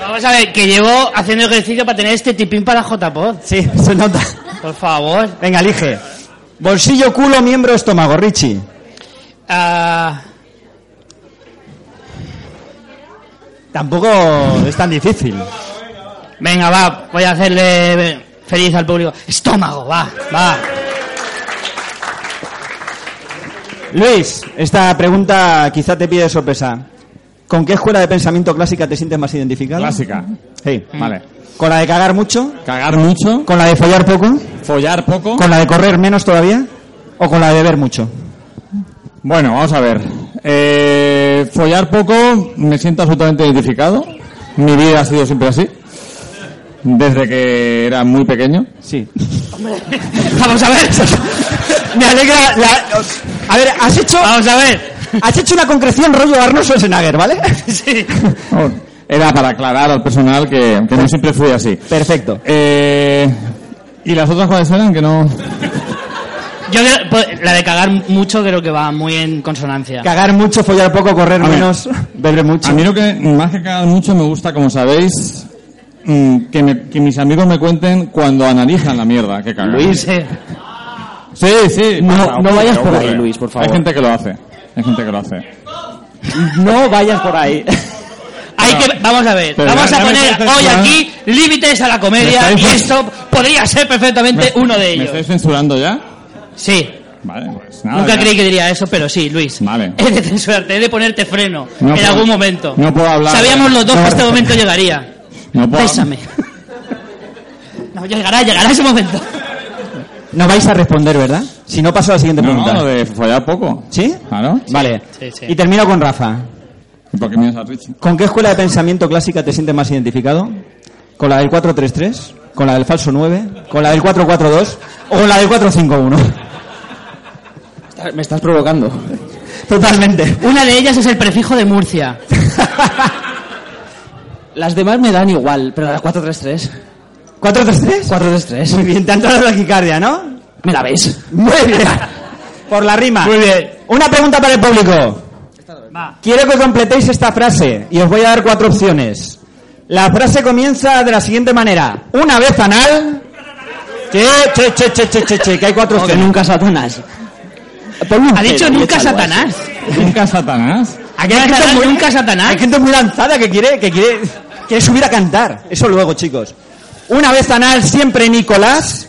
[SPEAKER 3] Vamos a ver, que llevo haciendo ejercicio para tener este tipín para JPod.
[SPEAKER 7] Sí, se nota.
[SPEAKER 3] Por favor.
[SPEAKER 7] Venga, elige. Bolsillo, culo, miembro, estómago, Richie.
[SPEAKER 3] Ah,
[SPEAKER 7] Tampoco es tan difícil.
[SPEAKER 3] venga, va, voy a hacerle feliz al público. Estómago, va, va.
[SPEAKER 7] Luis, esta pregunta quizá te pide sorpresa. ¿Con qué escuela de pensamiento clásica te sientes más identificado?
[SPEAKER 10] Clásica.
[SPEAKER 7] Sí.
[SPEAKER 10] Vale.
[SPEAKER 7] ¿Con la de cagar mucho?
[SPEAKER 10] Cagar mucho,
[SPEAKER 7] ¿Con la de follar poco?
[SPEAKER 10] follar poco.
[SPEAKER 7] ¿Con la de correr menos todavía? ¿O con la de beber mucho?
[SPEAKER 10] Bueno, vamos a ver. Eh, follar poco, me siento absolutamente identificado. Mi vida ha sido siempre así. Desde que era muy pequeño.
[SPEAKER 7] Sí.
[SPEAKER 3] Vamos a ver.
[SPEAKER 7] Me alegra la- A ver, has hecho...
[SPEAKER 3] Vamos a ver.
[SPEAKER 7] Has hecho una concreción rollo Arnold Schwarzenegger, ¿vale?
[SPEAKER 3] Sí.
[SPEAKER 10] Oh, Era para aclarar al personal que, que no siempre fui así.
[SPEAKER 7] Perfecto.
[SPEAKER 10] Eh, ¿Y las otras cuáles eran? Que no...
[SPEAKER 3] Yo creo- pues, la de cagar mucho creo que va muy en consonancia.
[SPEAKER 7] Cagar mucho, follar poco, correr
[SPEAKER 10] A ver.
[SPEAKER 7] menos, beber mucho.
[SPEAKER 10] A mí lo que más que cagar mucho me gusta, como sabéis, mm, que, me- que mis amigos me cuenten cuando analizan la mierda que cagan.
[SPEAKER 3] Sí.
[SPEAKER 7] Eh,
[SPEAKER 10] Sí, sí.
[SPEAKER 5] No-
[SPEAKER 10] pasa,
[SPEAKER 5] no
[SPEAKER 10] ocurre,
[SPEAKER 5] vayas por
[SPEAKER 10] ocurre.
[SPEAKER 5] ahí, Ah, Luis, por favor.
[SPEAKER 10] Hay gente que lo hace. Hay gente que lo hace.
[SPEAKER 5] No vayas por ahí.
[SPEAKER 3] Hay que, vamos a ver,
[SPEAKER 10] Pero
[SPEAKER 3] vamos
[SPEAKER 10] ya-
[SPEAKER 3] a
[SPEAKER 10] ya me
[SPEAKER 3] poner
[SPEAKER 10] parece
[SPEAKER 3] hoy
[SPEAKER 10] claro.
[SPEAKER 3] aquí límites a la comedia
[SPEAKER 10] Me
[SPEAKER 3] y
[SPEAKER 10] estáis-
[SPEAKER 3] esto podría ser perfectamente uno de
[SPEAKER 10] ¿Me
[SPEAKER 3] ellos.
[SPEAKER 10] estáis censurando ya?
[SPEAKER 3] Sí,
[SPEAKER 10] Vale, pues nada.
[SPEAKER 3] nunca
[SPEAKER 10] ya.
[SPEAKER 3] creí que diría eso, pero sí, Luis.
[SPEAKER 10] Vale.
[SPEAKER 3] He de censurarte, he de ponerte freno
[SPEAKER 10] No
[SPEAKER 3] en
[SPEAKER 10] puedo-
[SPEAKER 3] algún momento.
[SPEAKER 10] no puedo hablar.
[SPEAKER 3] Sabíamos los dos que
[SPEAKER 10] No.
[SPEAKER 3] este momento llegaría.
[SPEAKER 10] No puedo-
[SPEAKER 3] Pésame. No, llegará, llegará ese momento.
[SPEAKER 7] No vais a responder, ¿verdad? Si no paso a la siguiente
[SPEAKER 10] No,
[SPEAKER 7] pregunta.
[SPEAKER 10] no, lo de follar poco.
[SPEAKER 7] ¿Sí?
[SPEAKER 10] Claro.
[SPEAKER 7] Vale.
[SPEAKER 3] Sí, sí.
[SPEAKER 7] Y termino con Rafa.
[SPEAKER 10] ¿Y por qué miras a Richie?
[SPEAKER 7] ¿Con qué escuela de pensamiento clásica te sientes más identificado? ¿Con la del 433? ¿Con la del falso 9? ¿Con la del 442? ¿O con la del 451?
[SPEAKER 5] Me estás provocando.
[SPEAKER 7] Totalmente.
[SPEAKER 3] Una de ellas es el prefijo de Murcia.
[SPEAKER 5] Las demás me dan igual, pero la 433.
[SPEAKER 7] ¿433?
[SPEAKER 5] 433.
[SPEAKER 7] Muy bien, te ha entrado la taquicardia, ¿no?
[SPEAKER 5] ¿Me la ves?
[SPEAKER 7] Muy bien. Por la rima.
[SPEAKER 3] Muy bien.
[SPEAKER 7] Una pregunta para el público.
[SPEAKER 3] Va.
[SPEAKER 7] Quiero que completéis esta frase y os voy a dar cuatro opciones. La frase comienza de la siguiente manera. Una vez anal... Che, che, che, che, che, che, che, que hay cuatro
[SPEAKER 5] No, que
[SPEAKER 7] opciones.
[SPEAKER 5] nunca Satanás. Ponme un
[SPEAKER 3] Ha dicho
[SPEAKER 5] cero,
[SPEAKER 3] nunca
[SPEAKER 5] es algo
[SPEAKER 3] Satanás.
[SPEAKER 10] Nunca Satanás.
[SPEAKER 3] ¿A qué Satanás? Nunca Satanás.
[SPEAKER 7] Hay gente muy lanzada que quiere, que quiere, quiere subir a cantar. Eso luego, chicos. Una vez anal, siempre Nicolás.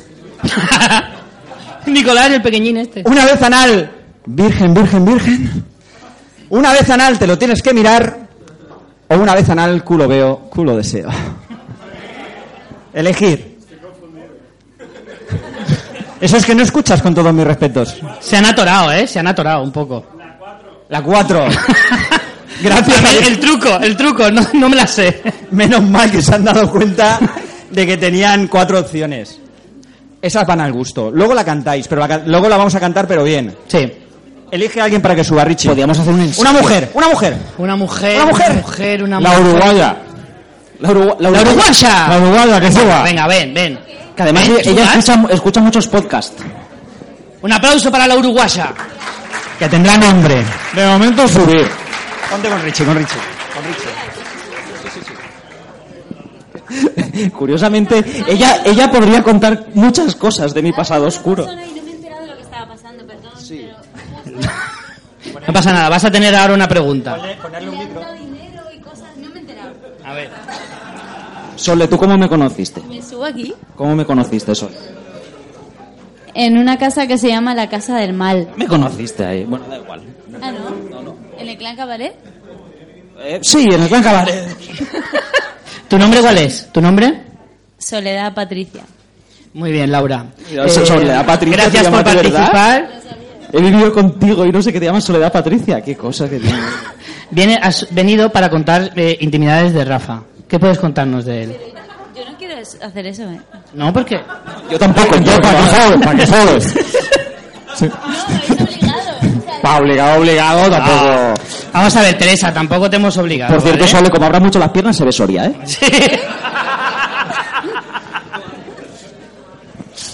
[SPEAKER 3] Nicolás, el pequeñín este.
[SPEAKER 7] Una vez anal, virgen, virgen, virgen. Una vez anal, te lo tienes que mirar. O una vez anal, culo veo, culo deseo. Elegir. Eso es que no escuchas con todos mis respetos.
[SPEAKER 3] Se han atorado, ¿eh? Se han atorado un poco.
[SPEAKER 7] La cuatro. Gracias.
[SPEAKER 3] A ver,
[SPEAKER 7] Alex.
[SPEAKER 3] El truco, el truco, no, no me la sé.
[SPEAKER 7] Menos mal que se han dado cuenta de que tenían cuatro opciones. Esas van al gusto. Luego la cantáis, pero la can- luego la vamos a cantar, pero bien.
[SPEAKER 3] Sí.
[SPEAKER 7] Elige a alguien para que suba, Richie.
[SPEAKER 5] Podríamos hacer un ensayo.
[SPEAKER 7] Una mujer, una mujer.
[SPEAKER 3] Una mujer,
[SPEAKER 7] Una mujer.
[SPEAKER 3] una Eh, mujer, una
[SPEAKER 10] La
[SPEAKER 3] mujer.
[SPEAKER 10] uruguaya.
[SPEAKER 5] La, Urugua- la
[SPEAKER 3] ¡La
[SPEAKER 10] La
[SPEAKER 5] Urugua-
[SPEAKER 3] uruguaya!
[SPEAKER 10] uruguaya, que suba.
[SPEAKER 3] Venga, ven, ven.
[SPEAKER 5] Que además
[SPEAKER 3] Ven,
[SPEAKER 5] ella- ella
[SPEAKER 3] chubas.
[SPEAKER 5] escucha, escucha muchos podcasts.
[SPEAKER 3] Un aplauso para la uruguaya.
[SPEAKER 7] Que tendrá nombre.
[SPEAKER 10] De momento subir.
[SPEAKER 7] Ponte con Richie, con Richie.
[SPEAKER 5] Curiosamente, ella, ella podría contar muchas cosas de mi pasado oscuro.
[SPEAKER 13] Yo me he enterado de lo que estaba pasando, perdón. Pero
[SPEAKER 3] No pasa nada, vas a tener ahora una pregunta.
[SPEAKER 13] le han dado dinero y cosas. No me he enterado.
[SPEAKER 3] A ver.
[SPEAKER 5] Sole, ¿tú cómo me conociste?
[SPEAKER 13] Me subo aquí.
[SPEAKER 5] ¿Cómo me conociste, Sole?
[SPEAKER 13] En una casa que se llama la Casa del Mal.
[SPEAKER 5] Me conociste ahí. Bueno, da igual.
[SPEAKER 13] Ah, ¿no? ¿En el clan Cabaret?
[SPEAKER 5] Eh, sí, en el Clan Cabaret.
[SPEAKER 3] ¿Tu nombre cuál es? ¿Tu nombre?
[SPEAKER 13] Soledad Patricia.
[SPEAKER 3] Muy bien, Laura. Eh,
[SPEAKER 5] Mira, so- sobre la Patricia,
[SPEAKER 3] gracias
[SPEAKER 5] te
[SPEAKER 3] por
[SPEAKER 5] llamas de verdad.
[SPEAKER 3] participar.
[SPEAKER 5] He vivido contigo y no sé qué te llamas Soledad Patricia. Qué cosa que tienes.
[SPEAKER 3] Viene, has venido para contar eh, intimidades de Rafa. ¿Qué puedes contarnos de él?
[SPEAKER 13] Yo no quiero es- hacer eso, ¿eh?
[SPEAKER 3] No, porque...
[SPEAKER 5] Yo tampoco,
[SPEAKER 10] yo, ¿para qué sabes? ¿Para qué sabes?
[SPEAKER 5] Pa, obligado, obligado,
[SPEAKER 3] tampoco. Vamos a ver, Teresa, tampoco te hemos
[SPEAKER 7] Ah.
[SPEAKER 3] obligado.
[SPEAKER 5] Por cierto,
[SPEAKER 3] ¿vale?
[SPEAKER 5] Sole, como abra mucho las piernas, se ve Soria, ¿eh?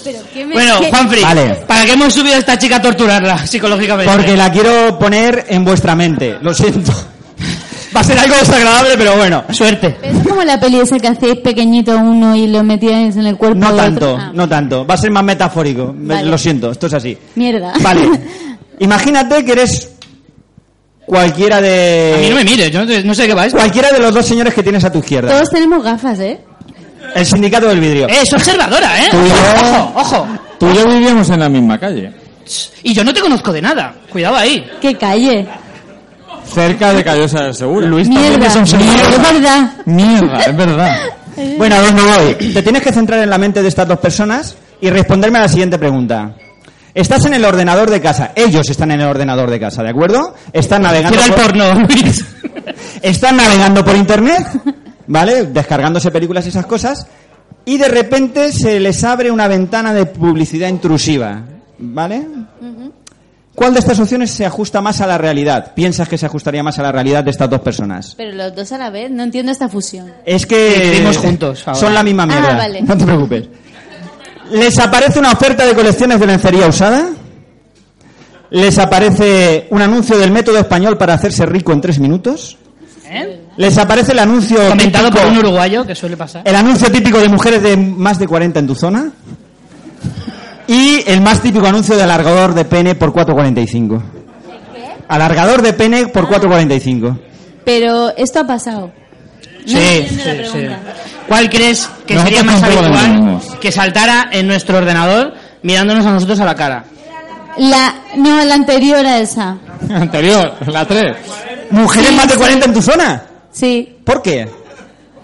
[SPEAKER 13] Pero qué me...
[SPEAKER 3] Bueno,
[SPEAKER 13] qué-
[SPEAKER 3] Juanfri,
[SPEAKER 7] Vale.
[SPEAKER 3] ¿para qué hemos subido a esta chica a torturarla psicológicamente?
[SPEAKER 7] Porque la quiero poner en vuestra mente, lo siento. Va a ser algo desagradable, pero bueno.
[SPEAKER 3] Suerte.
[SPEAKER 13] Pero es como la peli esa que hacíais pequeñito uno y lo metíais en el cuerpo
[SPEAKER 7] No
[SPEAKER 13] del otro.
[SPEAKER 7] tanto,
[SPEAKER 13] Ah,
[SPEAKER 7] no tanto. Va a ser más metafórico. Me-
[SPEAKER 13] Vale.
[SPEAKER 7] Lo siento, esto es así.
[SPEAKER 13] Mierda.
[SPEAKER 7] Vale. Imagínate que eres cualquiera de...
[SPEAKER 3] A mí no me
[SPEAKER 10] Eh,
[SPEAKER 3] mires, yo no no sé qué va esto.
[SPEAKER 7] Cualquiera de los dos señores que tienes a tu izquierda.
[SPEAKER 13] Todos tenemos gafas, ¿eh?
[SPEAKER 7] El sindicato del vidrio.
[SPEAKER 3] Eh, es observadora, ¿eh?
[SPEAKER 10] Tú y yo-
[SPEAKER 3] Ojo, ojo.
[SPEAKER 10] Tú y yo vivíamos en la misma calle,
[SPEAKER 3] Y yo no te conozco de nada. Cuidado ahí.
[SPEAKER 13] Que calle.
[SPEAKER 10] cerca de Callosa del Seguro. Luis
[SPEAKER 13] Mierda. Es verdad.
[SPEAKER 10] Mierda, es verdad.
[SPEAKER 7] Bueno, a dónde voy. Te tienes que centrar en la mente de estas dos personas y responderme a la siguiente pregunta. Estás en el ordenador de casa. Ellos están en el ordenador de casa, ¿de acuerdo? Están navegando.
[SPEAKER 3] Cierra el
[SPEAKER 7] por-
[SPEAKER 3] porno, Luis.
[SPEAKER 7] están navegando por internet, ¿vale? Descargándose películas y esas cosas, y de repente se les abre una ventana de publicidad intrusiva, ¿vale? ¿Cuál de estas opciones se ajusta más a la realidad? ¿Piensas que se ajustaría más a la realidad de estas dos personas?
[SPEAKER 13] Pero los dos a la vez, no entiendo esta fusión.
[SPEAKER 7] Es que
[SPEAKER 3] Vivimos juntos ahora.
[SPEAKER 7] son la misma mierda.
[SPEAKER 13] Ah, vale.
[SPEAKER 7] No te preocupes. Les aparece una oferta de colecciones de lencería usada. Les aparece un anuncio del método español para hacerse rico en tres minutos.
[SPEAKER 3] ¿Eh?
[SPEAKER 7] Les aparece el anuncio
[SPEAKER 3] Comentado por
[SPEAKER 7] típico-
[SPEAKER 3] un uruguayo, que suele pasar.
[SPEAKER 10] Eh,
[SPEAKER 7] el anuncio típico de mujeres de más de 40 en tu zona. Y el más típico anuncio de alargador de pene por 4.45. Alargador de pene
[SPEAKER 13] Ah.
[SPEAKER 7] por 4.45.
[SPEAKER 13] Pero esto ha pasado. No entiendo la pregunta.
[SPEAKER 3] ¿Cuál crees que
[SPEAKER 10] Nosotros
[SPEAKER 3] sería más
[SPEAKER 10] tampoco lo
[SPEAKER 3] habitual
[SPEAKER 10] entendemos.
[SPEAKER 3] que saltara en nuestro ordenador mirándonos a nosotros a la cara?
[SPEAKER 13] La, no, la anterior a esa.
[SPEAKER 10] Anterior, la 3.
[SPEAKER 7] ¿Mujeres más de 40 en tu zona?
[SPEAKER 13] Sí.
[SPEAKER 7] ¿Por qué?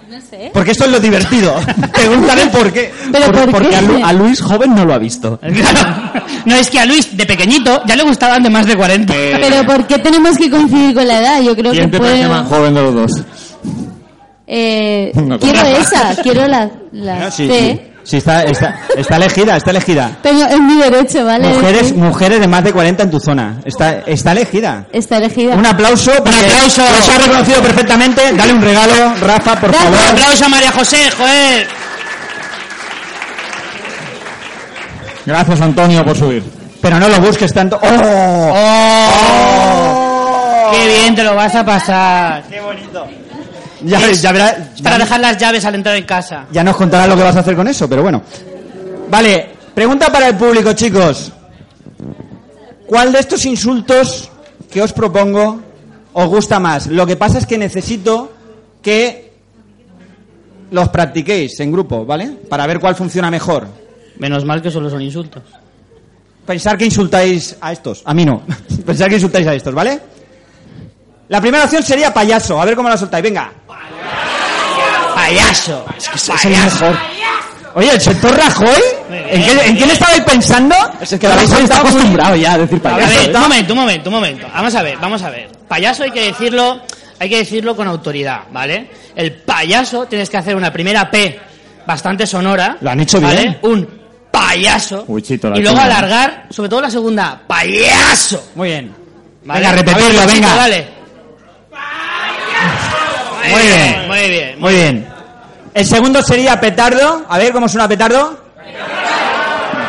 [SPEAKER 13] No sé.
[SPEAKER 7] Porque esto es lo divertido. Pregúntale por qué.
[SPEAKER 13] Pero ¿por
[SPEAKER 5] porque
[SPEAKER 13] qué?
[SPEAKER 5] a, Lu- a Luis joven no lo ha visto.
[SPEAKER 3] Claro. No, es que a Luis, de pequeñito, ya le gustaban de más de 40.
[SPEAKER 10] Eh,
[SPEAKER 13] Pero ¿por qué tenemos que coincidir con la edad? Yo creo que
[SPEAKER 10] ¿Quién te parece más
[SPEAKER 13] puedo...
[SPEAKER 10] joven de los dos?
[SPEAKER 13] Eh,
[SPEAKER 10] No,
[SPEAKER 13] quiero
[SPEAKER 10] claro.
[SPEAKER 13] esa, quiero la, la
[SPEAKER 7] No, Ah, sí,
[SPEAKER 13] C.
[SPEAKER 7] sí. Sí, está, está, está elegida, está elegida.
[SPEAKER 13] Tengo, es mi derecho, ¿vale?
[SPEAKER 7] Mujeres,
[SPEAKER 13] Sí.
[SPEAKER 7] mujeres de más de 40 en tu zona. Está, está elegida.
[SPEAKER 13] Está elegida.
[SPEAKER 7] Un aplauso. Un
[SPEAKER 3] aplauso.
[SPEAKER 7] Los ha reconocido perfectamente. Dale un regalo, Rafa, por
[SPEAKER 13] Dale.
[SPEAKER 3] Un
[SPEAKER 7] favor.
[SPEAKER 3] aplauso a María José, joder.
[SPEAKER 10] Gracias, Antonio, por subir.
[SPEAKER 7] Pero no lo busques tanto. ¡Oh!
[SPEAKER 3] ¡Oh! Qué bien te lo vas a pasar.
[SPEAKER 7] Ya, ves, ya verás.
[SPEAKER 3] Para
[SPEAKER 7] ya-
[SPEAKER 3] dejar las llaves al entrar en casa.
[SPEAKER 7] Ya nos contarás lo que vas a hacer con eso, pero bueno. Vale, pregunta para el público, chicos. ¿Cuál de estos insultos que os propongo os gusta más? Lo que pasa es que necesito que los practiquéis en grupo, ¿vale? Para ver cuál funciona mejor.
[SPEAKER 3] Menos mal que solo son insultos.
[SPEAKER 7] Pensar que insultáis a estos. A mí no. Pensar que insultáis a estos, ¿vale? La primera opción sería payaso. A ver cómo la soltáis. Venga.
[SPEAKER 3] ¡Payaso!
[SPEAKER 7] Es que es- es el mejor. Oye, ¿el sector Rajoy? ¿En qué, ¿en qué le estabais pensando? Es que
[SPEAKER 5] Rajoy está acostumbrado ya a decir
[SPEAKER 3] A
[SPEAKER 5] payaso.
[SPEAKER 7] ¿eh?
[SPEAKER 3] ver, un momento, un momento, un momento. Vamos a ver, vamos a ver. Payaso hay que decirlo, hay que decirlo con autoridad, ¿vale? El payaso tienes que hacer una primera P bastante sonora.
[SPEAKER 7] Lo han hecho
[SPEAKER 3] ¿vale?
[SPEAKER 7] bien.
[SPEAKER 3] Un payaso.
[SPEAKER 10] Uy, chito, la
[SPEAKER 3] y luego
[SPEAKER 10] tengo.
[SPEAKER 3] alargar, sobre todo la segunda, payaso.
[SPEAKER 7] Muy bien.
[SPEAKER 3] ¿vale?
[SPEAKER 7] Venga, repetirlo,
[SPEAKER 3] A ver,
[SPEAKER 7] venga.
[SPEAKER 3] chito, dale. Muy bien, muy bien.
[SPEAKER 7] Muy bien. El segundo sería petardo. A ver cómo suena petardo.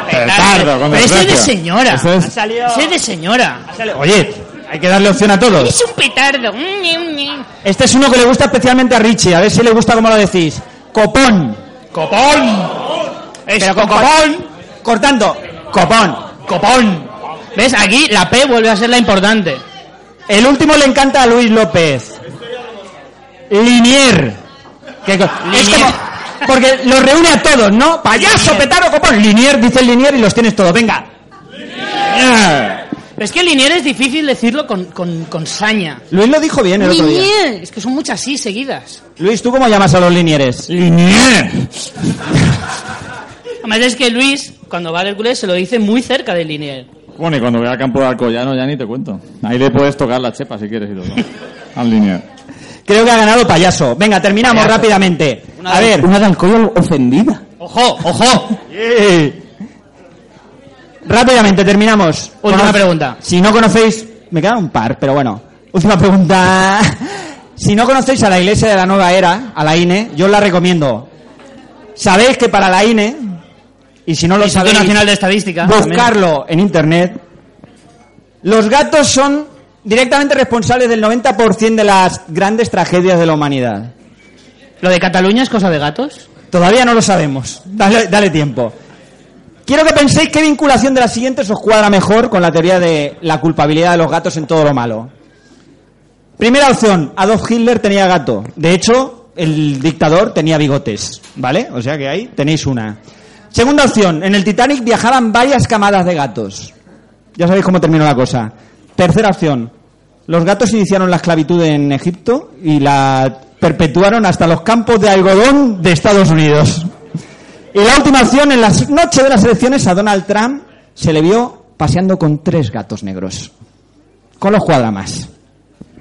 [SPEAKER 10] Petardo, con
[SPEAKER 3] Pero ese es de
[SPEAKER 10] desgracia.
[SPEAKER 3] señora.
[SPEAKER 10] Ese es-
[SPEAKER 3] Ha salido- Ese es de señora.
[SPEAKER 7] Oye, hay que darle opción a todos.
[SPEAKER 3] Es un petardo. Mm, ñem, ñem.
[SPEAKER 7] Este es uno que le gusta especialmente a Richie. A ver si le gusta cómo lo decís. Copón.
[SPEAKER 3] Copón. Es
[SPEAKER 7] Pero con
[SPEAKER 3] copón.
[SPEAKER 7] Cortando. Copón.
[SPEAKER 3] Copón. ¿Ves? Aquí la P vuelve a ser la importante.
[SPEAKER 7] El último le encanta a Luis López. Linier. Que co-
[SPEAKER 3] Linier.
[SPEAKER 7] es como- porque los reúne a todos, ¿no? Payaso, petardo, copón. Linier, dice el Linier y los tienes todos. Venga.
[SPEAKER 3] Pero es que Linier es difícil decirlo con, con, con saña.
[SPEAKER 7] Luis lo dijo bien el otro día.
[SPEAKER 3] Linier. Es que son muchas sí seguidas.
[SPEAKER 7] Luis, ¿tú cómo llamas a los linieres?
[SPEAKER 3] Además es que Luis, cuando va al Hércules, se lo dice muy cerca de Linier.
[SPEAKER 4] Bueno, y cuando voy al campo de Alcoyano ya ni te cuento. Ahí le puedes tocar la chepa si quieres y todo. Al lineal.
[SPEAKER 7] Creo que ha ganado payaso. Venga, terminamos
[SPEAKER 4] Payaso.
[SPEAKER 7] rápidamente.
[SPEAKER 4] Una
[SPEAKER 7] A
[SPEAKER 4] de-
[SPEAKER 7] ver. Una de ofendida.
[SPEAKER 3] ¡Ojo, ojo!
[SPEAKER 7] Rápidamente terminamos.
[SPEAKER 3] Última
[SPEAKER 7] Conoc-
[SPEAKER 3] pregunta.
[SPEAKER 7] Si no conocéis, me queda un par, pero bueno. Última pregunta. Si no conocéis a la Iglesia de la Nueva Era, a la INE, yo os la recomiendo. Sabéis que para la INE, y si no lo
[SPEAKER 3] Instituto
[SPEAKER 7] sabéis,
[SPEAKER 3] Nacional de Estadística.
[SPEAKER 7] buscarlo en internet, los gatos son directamente responsables del 90% de las grandes tragedias de la humanidad.
[SPEAKER 3] ¿Lo de Cataluña es cosa de gatos?
[SPEAKER 7] Todavía no lo sabemos. Dale, dale tiempo. Quiero que penséis qué vinculación de las siguientes os cuadra mejor con la teoría de la culpabilidad de los gatos en todo lo malo. Primera opción, Adolf Hitler tenía gato. De hecho, el dictador tenía bigotes, ¿vale? O sea que ahí tenéis una. Segunda opción, en el Titanic viajaban varias camadas de gatos. Ya sabéis cómo terminó la cosa. Tercera opción, los gatos iniciaron la esclavitud en Egipto y la perpetuaron hasta los campos de algodón de Estados Unidos. Y la última opción, en la noche de las elecciones a Donald Trump se le vio paseando con tres gatos negros. Con los cuadra más.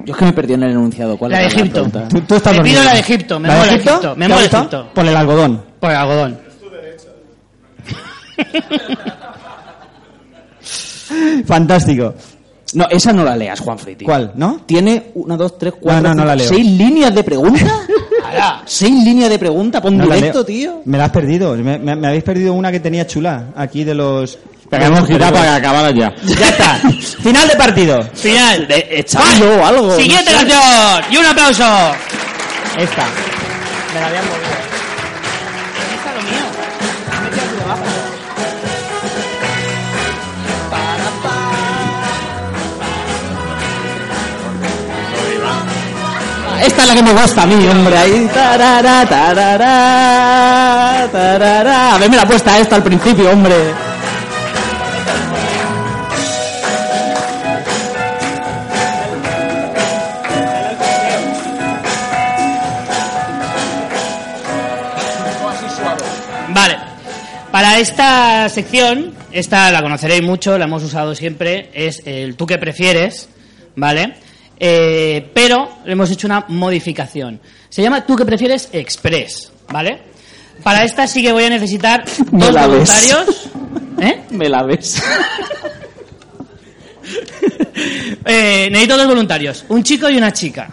[SPEAKER 5] Yo es que me perdí en el enunciado. ¿Cuál
[SPEAKER 3] La de
[SPEAKER 5] era
[SPEAKER 3] Egipto.
[SPEAKER 5] pregunta?
[SPEAKER 7] Tú, tú estás
[SPEAKER 3] Me pido
[SPEAKER 7] dormido.
[SPEAKER 3] la de Egipto, me
[SPEAKER 7] ¿La de
[SPEAKER 3] mola Egipto, me
[SPEAKER 7] ¿Te ha
[SPEAKER 3] mola
[SPEAKER 7] gustado?
[SPEAKER 3] Egipto.
[SPEAKER 7] Por el algodón.
[SPEAKER 3] Por el Pues algodón.
[SPEAKER 7] Fantástico.
[SPEAKER 5] No, esa no la leas, Juan Friti.
[SPEAKER 7] ¿Cuál? ¿No?
[SPEAKER 5] Tiene una, dos, tres, cuatro,
[SPEAKER 7] no, no
[SPEAKER 5] cinco,
[SPEAKER 7] la leo.
[SPEAKER 5] seis líneas de pregunta. Ala, seis líneas de pregunta, pon
[SPEAKER 7] No la
[SPEAKER 5] directo,
[SPEAKER 7] leo.
[SPEAKER 5] tío.
[SPEAKER 7] Me la has perdido. Me, me- me habéis perdido una que tenía chula. Aquí de los...
[SPEAKER 4] Hagamos gira para que acabara ya.
[SPEAKER 7] Ya está. Final de partido.
[SPEAKER 3] Final.
[SPEAKER 5] Echadlo o algo.
[SPEAKER 3] Siguiente
[SPEAKER 5] no sé.
[SPEAKER 3] canción. Y un aplauso.
[SPEAKER 7] Esta. Me la habían
[SPEAKER 5] Esta es la que me gusta a mí, hombre. Ahí. Tarara, tarara, tarara. A ver, me la puesta esta al principio, hombre.
[SPEAKER 3] Vale. Para esta sección, esta la conoceréis mucho, la hemos usado siempre, es el tú que prefieres, ¿vale? Eh, pero le hemos hecho una modificación. Se llama tú que prefieres express, ¿vale? Para esta sí que voy a necesitar
[SPEAKER 5] No
[SPEAKER 3] dos
[SPEAKER 5] la ves.
[SPEAKER 3] voluntarios. ¿Eh?
[SPEAKER 5] Me la ves.
[SPEAKER 3] Eh, necesito dos voluntarios, un chico y una chica.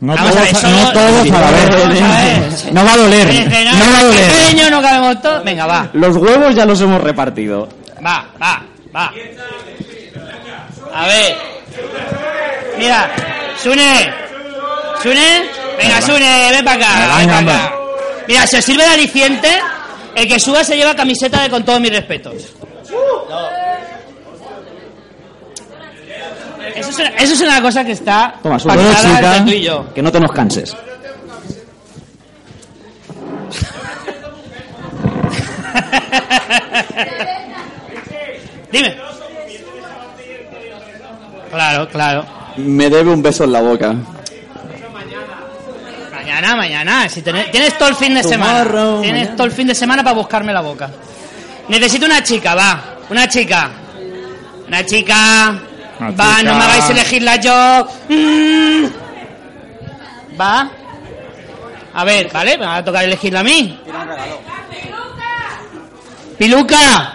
[SPEAKER 4] No
[SPEAKER 3] Vamos a ver,
[SPEAKER 4] todos,
[SPEAKER 3] solo-
[SPEAKER 4] no todos a la
[SPEAKER 3] Vamos a ver.
[SPEAKER 4] vez. No va a doler.
[SPEAKER 3] Eh, que
[SPEAKER 4] No va a doler.
[SPEAKER 3] pequeño, no cabemos todos. Venga, va,
[SPEAKER 5] Los huevos ya los hemos repartido.
[SPEAKER 3] va, va, va. A ver. Mira, Sune. Sune. Venga, Sune, ven para acá. Ven pa' acá. Mira, se os sirve de aliciente. El que suba se lleva camiseta de con todos mis respetos. Eso es una, eso es una cosa que está
[SPEAKER 5] Toma, sube.
[SPEAKER 3] pactada
[SPEAKER 5] Bueno, chica.
[SPEAKER 3] entre tú y yo.
[SPEAKER 5] Que no te nos canses.
[SPEAKER 3] Dime. Claro, claro.
[SPEAKER 6] Me debe un beso en la boca.
[SPEAKER 3] Mañana, mañana. Si tenés- tienes todo el fin de semana.
[SPEAKER 5] Tomorrow,
[SPEAKER 3] tienes
[SPEAKER 5] mañana.
[SPEAKER 3] todo el fin de semana para buscarme la boca. Necesito una chica, va. Una chica. Una chica.
[SPEAKER 4] Una
[SPEAKER 3] va,
[SPEAKER 4] chica.
[SPEAKER 3] no me hagáis elegirla yo. Mm. Va. A ver, vale, me va a tocar elegirla a mí. Piluca.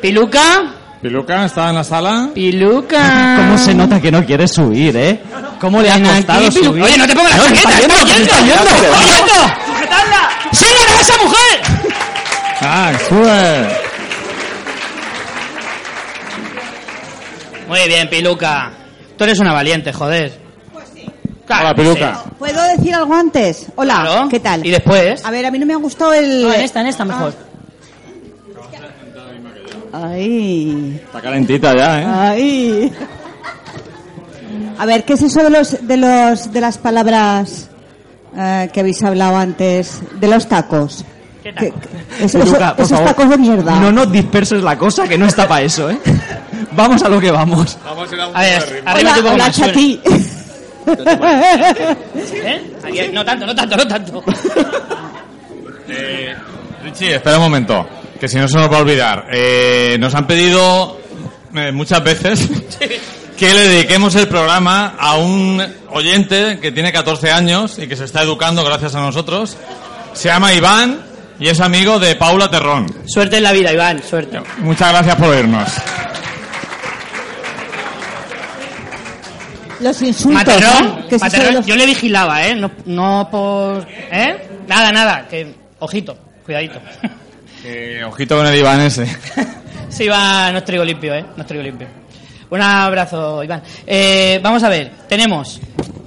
[SPEAKER 3] Piluca.
[SPEAKER 4] Piluca está en la sala.
[SPEAKER 3] Piluca.
[SPEAKER 5] ¿Cómo se nota que no quieres subir, eh? ¿Cómo le ha
[SPEAKER 3] Ven
[SPEAKER 5] costado
[SPEAKER 3] Ah. aquí, Pilu-
[SPEAKER 5] subir?
[SPEAKER 3] Oye, no te pongas la
[SPEAKER 5] No, me está
[SPEAKER 3] chaqueta,
[SPEAKER 5] yendo,
[SPEAKER 3] está
[SPEAKER 5] me está
[SPEAKER 3] oyendo,
[SPEAKER 5] yendo.
[SPEAKER 3] está oyendo. ¡Sujetadla! ¡Sigan a esa mujer!
[SPEAKER 4] Ah, sube.
[SPEAKER 3] Muy bien, Piluca. Tú eres una valiente, joder.
[SPEAKER 14] Pues
[SPEAKER 3] Claro
[SPEAKER 4] Hola,
[SPEAKER 3] que
[SPEAKER 4] Piluca.
[SPEAKER 3] sí.
[SPEAKER 14] ¿Puedo decir algo antes? Hola,
[SPEAKER 3] Claro.
[SPEAKER 14] ¿qué tal?
[SPEAKER 3] Y después.
[SPEAKER 14] A ver, a mí no me ha gustado el...
[SPEAKER 13] No, en esta, en esta mejor.
[SPEAKER 14] Ay,
[SPEAKER 4] Está calentita ya, ¿eh?
[SPEAKER 14] ay. A ver, ¿qué es eso de los de los de las palabras eh, que habéis hablado antes de los tacos?
[SPEAKER 3] ¿Qué taco?
[SPEAKER 14] Que- eso- eso-
[SPEAKER 5] Luca, por
[SPEAKER 14] esos
[SPEAKER 5] favor,
[SPEAKER 14] tacos de mierda.
[SPEAKER 5] No nos disperses la cosa, que no está para eso, ¿eh? Vamos a lo que vamos.
[SPEAKER 3] A ver,
[SPEAKER 14] Hola,
[SPEAKER 3] arrímate un poco
[SPEAKER 14] hola,
[SPEAKER 3] más. suena.
[SPEAKER 14] Chati.
[SPEAKER 3] ¿Eh? Ahí, No tanto, no tanto, no tanto.
[SPEAKER 4] Richie, espera un momento.
[SPEAKER 10] que si no se nos va a olvidar. Eh, nos han pedido eh, muchas veces que le dediquemos el programa a un oyente que tiene 14 años y que se está educando gracias a nosotros. Se llama Iván y es amigo de Paula Terrón.
[SPEAKER 3] Suerte en la vida, Iván, suerte.
[SPEAKER 10] Muchas gracias por oírnos.
[SPEAKER 14] Los insultos,
[SPEAKER 3] Materrón,
[SPEAKER 14] ¿no? ¿eh? Que si
[SPEAKER 3] Materrón,
[SPEAKER 14] son los-
[SPEAKER 3] yo le vigilaba, ¿eh? No, no por... ¿Eh? Nada, nada, que... Ojito, cuidadito.
[SPEAKER 10] Eh, ojito con el Iván ese.
[SPEAKER 3] Sí, Iván, no es trigo limpio, ¿eh? No es trigo limpio. Un abrazo, Iván. Eh, vamos a ver, tenemos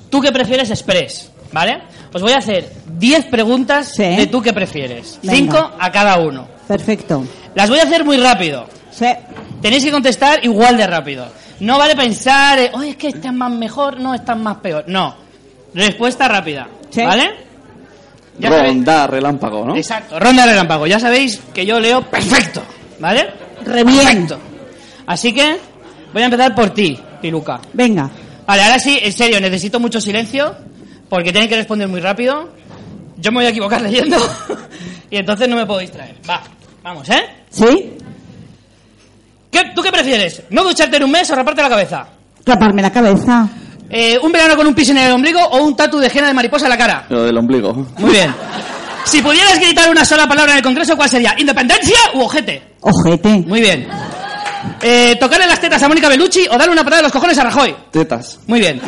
[SPEAKER 3] tú que prefieres express, ¿vale? Os voy a hacer 10 preguntas de tú que prefieres.
[SPEAKER 14] Venga.
[SPEAKER 3] 5 a cada uno.
[SPEAKER 14] Perfecto.
[SPEAKER 3] Las voy a hacer muy rápido. Tenéis que contestar igual de rápido. No vale pensar, eh, oye, es que esta es más mejor, no, esta es más peor. No. Respuesta rápida, ¿vale? Ya sabéis-
[SPEAKER 6] Ronda relámpago, ¿no?
[SPEAKER 3] Exacto, ronda de relámpago. Ya sabéis que yo leo perfecto, ¿vale? Perfecto. Así que voy a empezar por ti, Piluca.
[SPEAKER 14] Venga.
[SPEAKER 3] Vale, ahora sí, en serio, necesito mucho silencio porque tienen que responder muy rápido. Yo me voy a equivocar leyendo y entonces no me puedo distraer. Va, vamos, ¿eh?
[SPEAKER 14] ¿Sí?
[SPEAKER 3] ¿Qué- ¿Tú qué prefieres? ¿No ducharte en un mes o raparte la cabeza?
[SPEAKER 14] Raparme la cabeza.
[SPEAKER 3] Eh, ¿Un verano con un piercing en el ombligo o un tatu de henna de mariposa en la cara?
[SPEAKER 6] Lo del ombligo.
[SPEAKER 3] Muy bien. Si pudieras gritar una sola palabra en el Congreso, ¿cuál sería? ¿Independencia u ojete?
[SPEAKER 14] Ojete.
[SPEAKER 3] Muy bien. Eh, ¿Tocarle las tetas a Mónica Bellucci o darle una parada de los cojones a Rajoy?
[SPEAKER 6] Tetas.
[SPEAKER 3] Muy bien.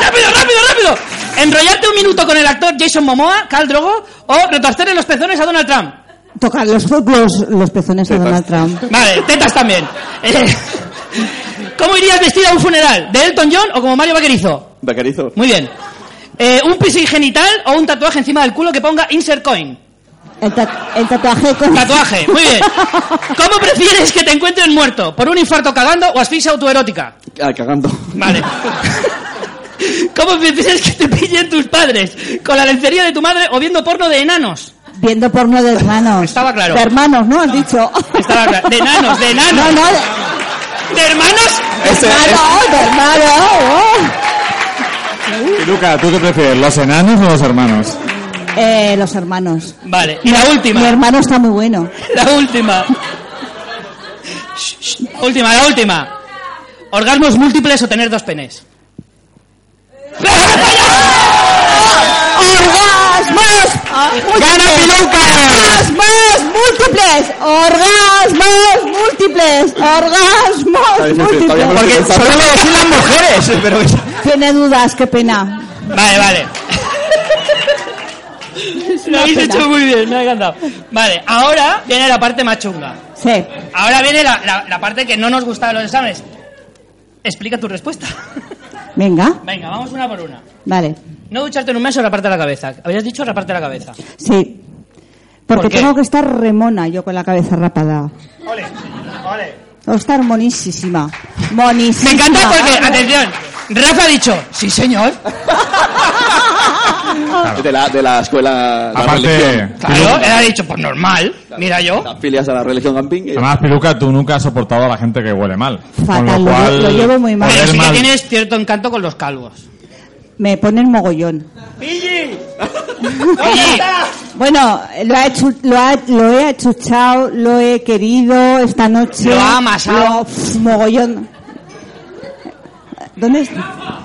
[SPEAKER 3] ¡Rápido, rápido, rápido! ¿Enrollarte un minuto con el actor Jason Momoa, Cal Drogo, o retorcerle los pezones a Donald Trump?
[SPEAKER 14] Tocar los, los, los pezones a Donald Trump.
[SPEAKER 3] Vale, tetas también. Eh, ¿Cómo irías vestida a un funeral? ¿De Elton John o como Mario Vaquerizo?
[SPEAKER 6] Vaquerizo.
[SPEAKER 3] Muy bien. Eh, ¿Un piercing genital o un tatuaje encima del culo que ponga insert coin?
[SPEAKER 14] El, ta- el tatuaje con...
[SPEAKER 3] Tatuaje, muy bien. ¿Cómo prefieres que te encuentren muerto? ¿Por un infarto cagando o asfixia autoerótica?
[SPEAKER 6] Ah, cagando.
[SPEAKER 3] Vale. ¿Cómo prefieres que te pillen tus padres? ¿Con la lencería de tu madre o viendo porno de enanos?
[SPEAKER 14] Viendo porno de hermanos.
[SPEAKER 3] Estaba claro.
[SPEAKER 14] De hermanos, ¿no? Has dicho.
[SPEAKER 3] Estaba claro. De enanos, de enanos.
[SPEAKER 14] No, no. de-
[SPEAKER 3] ¿De hermanos?
[SPEAKER 14] De hermano, de hermano. oh.
[SPEAKER 10] Luca, ¿tú qué prefieres, los enanos o los hermanos?
[SPEAKER 14] Eh, los hermanos.
[SPEAKER 3] Vale, y la última.
[SPEAKER 14] Mi hermano está muy bueno.
[SPEAKER 3] La última. Shh, shh. Última, la última. Orgasmos múltiples o tener dos penes.
[SPEAKER 14] ¡Orgasmos!
[SPEAKER 10] ¡Gana Piluca!
[SPEAKER 14] ¡Orgasmos múltiples! ¡Orgasmos múltiples! ¡Orgasmos múltiples!
[SPEAKER 7] Porque solo lo decían las mujeres, pero...
[SPEAKER 14] Tiene dudas, qué pena.
[SPEAKER 3] Vale, vale. Lo habéis
[SPEAKER 14] pena.
[SPEAKER 3] hecho muy bien, me ha encantado. Vale, ahora viene la parte más chunga.
[SPEAKER 14] Sí.
[SPEAKER 3] Ahora viene la, la- la parte que no nos gusta de los exámenes. Explica tu respuesta.
[SPEAKER 14] Venga,
[SPEAKER 3] Venga, vamos una por una.
[SPEAKER 14] vale.
[SPEAKER 3] No ducharte en un mes o reparte la cabeza. Habías dicho reparte la cabeza.
[SPEAKER 14] Sí.
[SPEAKER 3] ¿Por
[SPEAKER 14] Porque
[SPEAKER 3] qué?
[SPEAKER 14] tengo que estar remona yo con la cabeza rapada.
[SPEAKER 3] Ole, ole.
[SPEAKER 14] Tengo que estar monísima. Monísima.
[SPEAKER 3] Me encanta porque, atención, Rafa ha dicho, sí señor.
[SPEAKER 6] De, la, de la
[SPEAKER 5] Ah,
[SPEAKER 6] escuela. La
[SPEAKER 10] Aparte-
[SPEAKER 6] religión.
[SPEAKER 3] Claro, él ha dicho, pues normal, mira yo.
[SPEAKER 6] Las filias a la religión eh, camping. y-
[SPEAKER 10] Eh, Además, Piluca, tú nunca has soportado a la gente que huele mal.
[SPEAKER 14] Fatal,
[SPEAKER 10] con
[SPEAKER 14] lo
[SPEAKER 10] lo cual,
[SPEAKER 14] lle- lo llevo muy mal.
[SPEAKER 3] Pero
[SPEAKER 10] oler
[SPEAKER 3] sí que
[SPEAKER 10] mal-
[SPEAKER 3] tienes cierto encanto con los calvos.
[SPEAKER 14] Me ponen mogollón.
[SPEAKER 3] Oye,
[SPEAKER 14] Bueno, lo, ha hecho, lo, ha- lo he achuchado, lo he querido esta noche.
[SPEAKER 3] Lo ha amasado.
[SPEAKER 14] Lo- pf, mogollón. ¿Dónde está?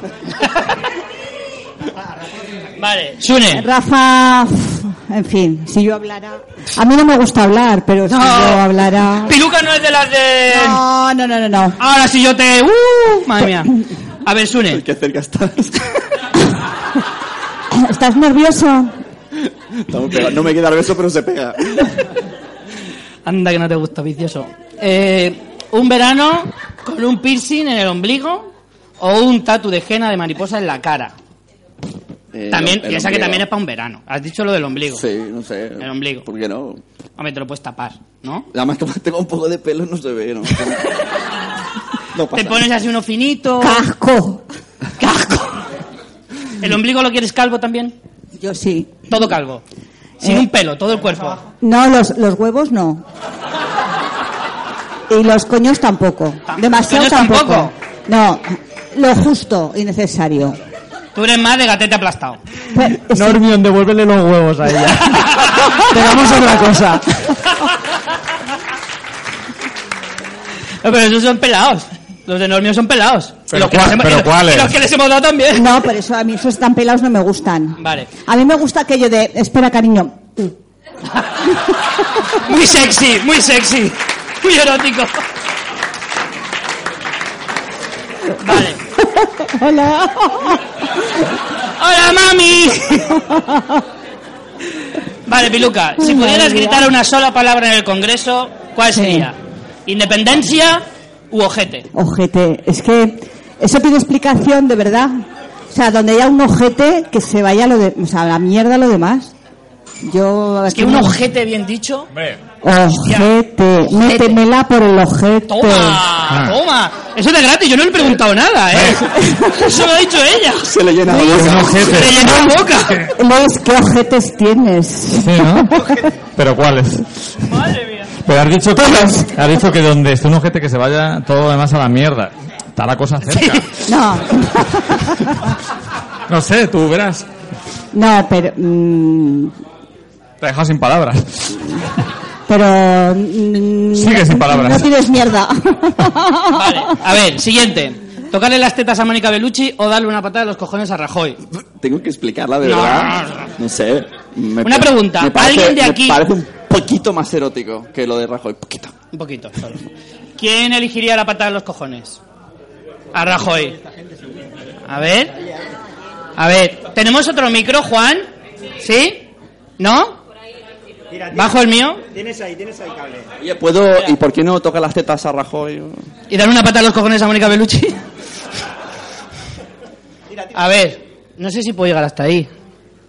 [SPEAKER 3] vale, Sune.
[SPEAKER 14] Rafa, pf, en fin, si yo hablara... A mí no me gusta hablar, pero si
[SPEAKER 3] No.
[SPEAKER 14] yo hablara...
[SPEAKER 3] Piluca no es de las de...
[SPEAKER 14] No, no, no, no, no.
[SPEAKER 3] Ahora sí yo te... ¡Uh! Madre mía. A ver, Sune.
[SPEAKER 6] Qué cerca estás.
[SPEAKER 14] ¿Estás nervioso?
[SPEAKER 6] Estamos pegados. No me queda el beso, pero se pega.
[SPEAKER 3] Anda que no te gusta, vicioso. Eh, un verano con un piercing en el ombligo o un tatu de henna de mariposa en la cara.
[SPEAKER 6] Eh,
[SPEAKER 3] También,
[SPEAKER 6] el- el
[SPEAKER 3] piensa que
[SPEAKER 6] ombligo.
[SPEAKER 3] también es para un verano. Has dicho lo del ombligo.
[SPEAKER 6] Sí, no sé. El
[SPEAKER 3] ombligo.
[SPEAKER 6] ¿Por qué no?
[SPEAKER 3] Hombre, te lo puedes tapar, ¿no?
[SPEAKER 6] Además, como tengo un poco de pelo, no se ve, ¿no? No pasa.
[SPEAKER 3] Te pones así uno finito.
[SPEAKER 14] Casco.
[SPEAKER 3] ¿El ombligo lo quieres calvo también?
[SPEAKER 14] Yo sí.
[SPEAKER 3] Todo calvo. Sin
[SPEAKER 14] Eh.
[SPEAKER 3] un pelo, todo el cuerpo.
[SPEAKER 14] No, los, los huevos no. Y los coños tampoco. Demasiado
[SPEAKER 3] ¿Coños tampoco?
[SPEAKER 14] tampoco. No, lo justo y necesario.
[SPEAKER 3] Tú eres más de gatete aplastado.
[SPEAKER 5] Normion, devuélvele los huevos a ella. Tengamos otra cosa.
[SPEAKER 3] No, pero esos son pelados. Los de Normio son pelados.
[SPEAKER 10] Pero
[SPEAKER 3] Y los que
[SPEAKER 10] cuál-
[SPEAKER 3] les hemos-
[SPEAKER 10] pero
[SPEAKER 3] y los-
[SPEAKER 10] ¿cuáles?
[SPEAKER 3] y los que les hemos dado también.
[SPEAKER 14] No, por eso a mí esos tan pelados no me gustan.
[SPEAKER 3] Vale.
[SPEAKER 14] A mí me gusta aquello de, espera cariño,
[SPEAKER 3] Muy sexy, muy sexy. Muy erótico. Vale.
[SPEAKER 14] Hola.
[SPEAKER 3] Hola, mami. Vale, Piluca, si
[SPEAKER 14] Ay,
[SPEAKER 3] pudieras
[SPEAKER 14] madre mía.
[SPEAKER 3] gritar una sola palabra en el Congreso, ¿cuál sería? ¿Independencia u ojete?
[SPEAKER 14] ojete. Es que eso pide explicación, de verdad. O sea, donde haya un ojete, que se vaya lo de, o sea, a la mierda lo demás. Yo...
[SPEAKER 3] Es que un ojete bien dicho...
[SPEAKER 14] Ojete, métemela por el ojete.
[SPEAKER 3] ¡Toma! ¡Toma! Pues, ah. Eso de gratis, yo no le he preguntado nada, ¿eh? Eso lo ha dicho ella.
[SPEAKER 6] Se le llena la boca.
[SPEAKER 3] Se llenó la boca.
[SPEAKER 14] Luis, ¿qué ojetes tienes?
[SPEAKER 10] ¿no? ¿Pero cuáles? Pero has dicho, que, has dicho que donde esté un ojete que se vaya todo lo demás a la mierda. Está la cosa cerca.
[SPEAKER 14] No,
[SPEAKER 10] No sé, tú verás.
[SPEAKER 14] no, pero... mm,
[SPEAKER 10] Te he dejado sin palabras.
[SPEAKER 14] pero... mm,
[SPEAKER 10] Sigue sin palabras.
[SPEAKER 14] No tienes mierda.
[SPEAKER 3] Vale, a ver, siguiente. ¿Tocarle las tetas a Mónica Bellucci o darle una patada de los cojones a Rajoy?
[SPEAKER 6] Tengo que explicarla, de
[SPEAKER 3] No.
[SPEAKER 6] verdad. No sé. me
[SPEAKER 3] Una
[SPEAKER 6] pa-
[SPEAKER 3] pregunta,
[SPEAKER 6] me parece-
[SPEAKER 3] ¿alguien de
[SPEAKER 6] me
[SPEAKER 3] aquí-
[SPEAKER 6] parece un poquito más erótico que lo de Rajoy. Poquito.
[SPEAKER 3] Un poquito, solo. ¿Quién elegiría la patada de los cojones? A Rajoy. A ver. A ver, ¿tenemos otro micro, Juan? ¿Sí? ¿No? ¿Bajo el mío?
[SPEAKER 7] Tienes ahí, tienes ahí cable.
[SPEAKER 6] Oye, ¿puedo...? ¿Y por qué no toca las tetas a Rajoy?
[SPEAKER 3] ¿Y darle una patada a los cojones a Mónica Bellucci? A ver, no sé si puedo llegar hasta ahí.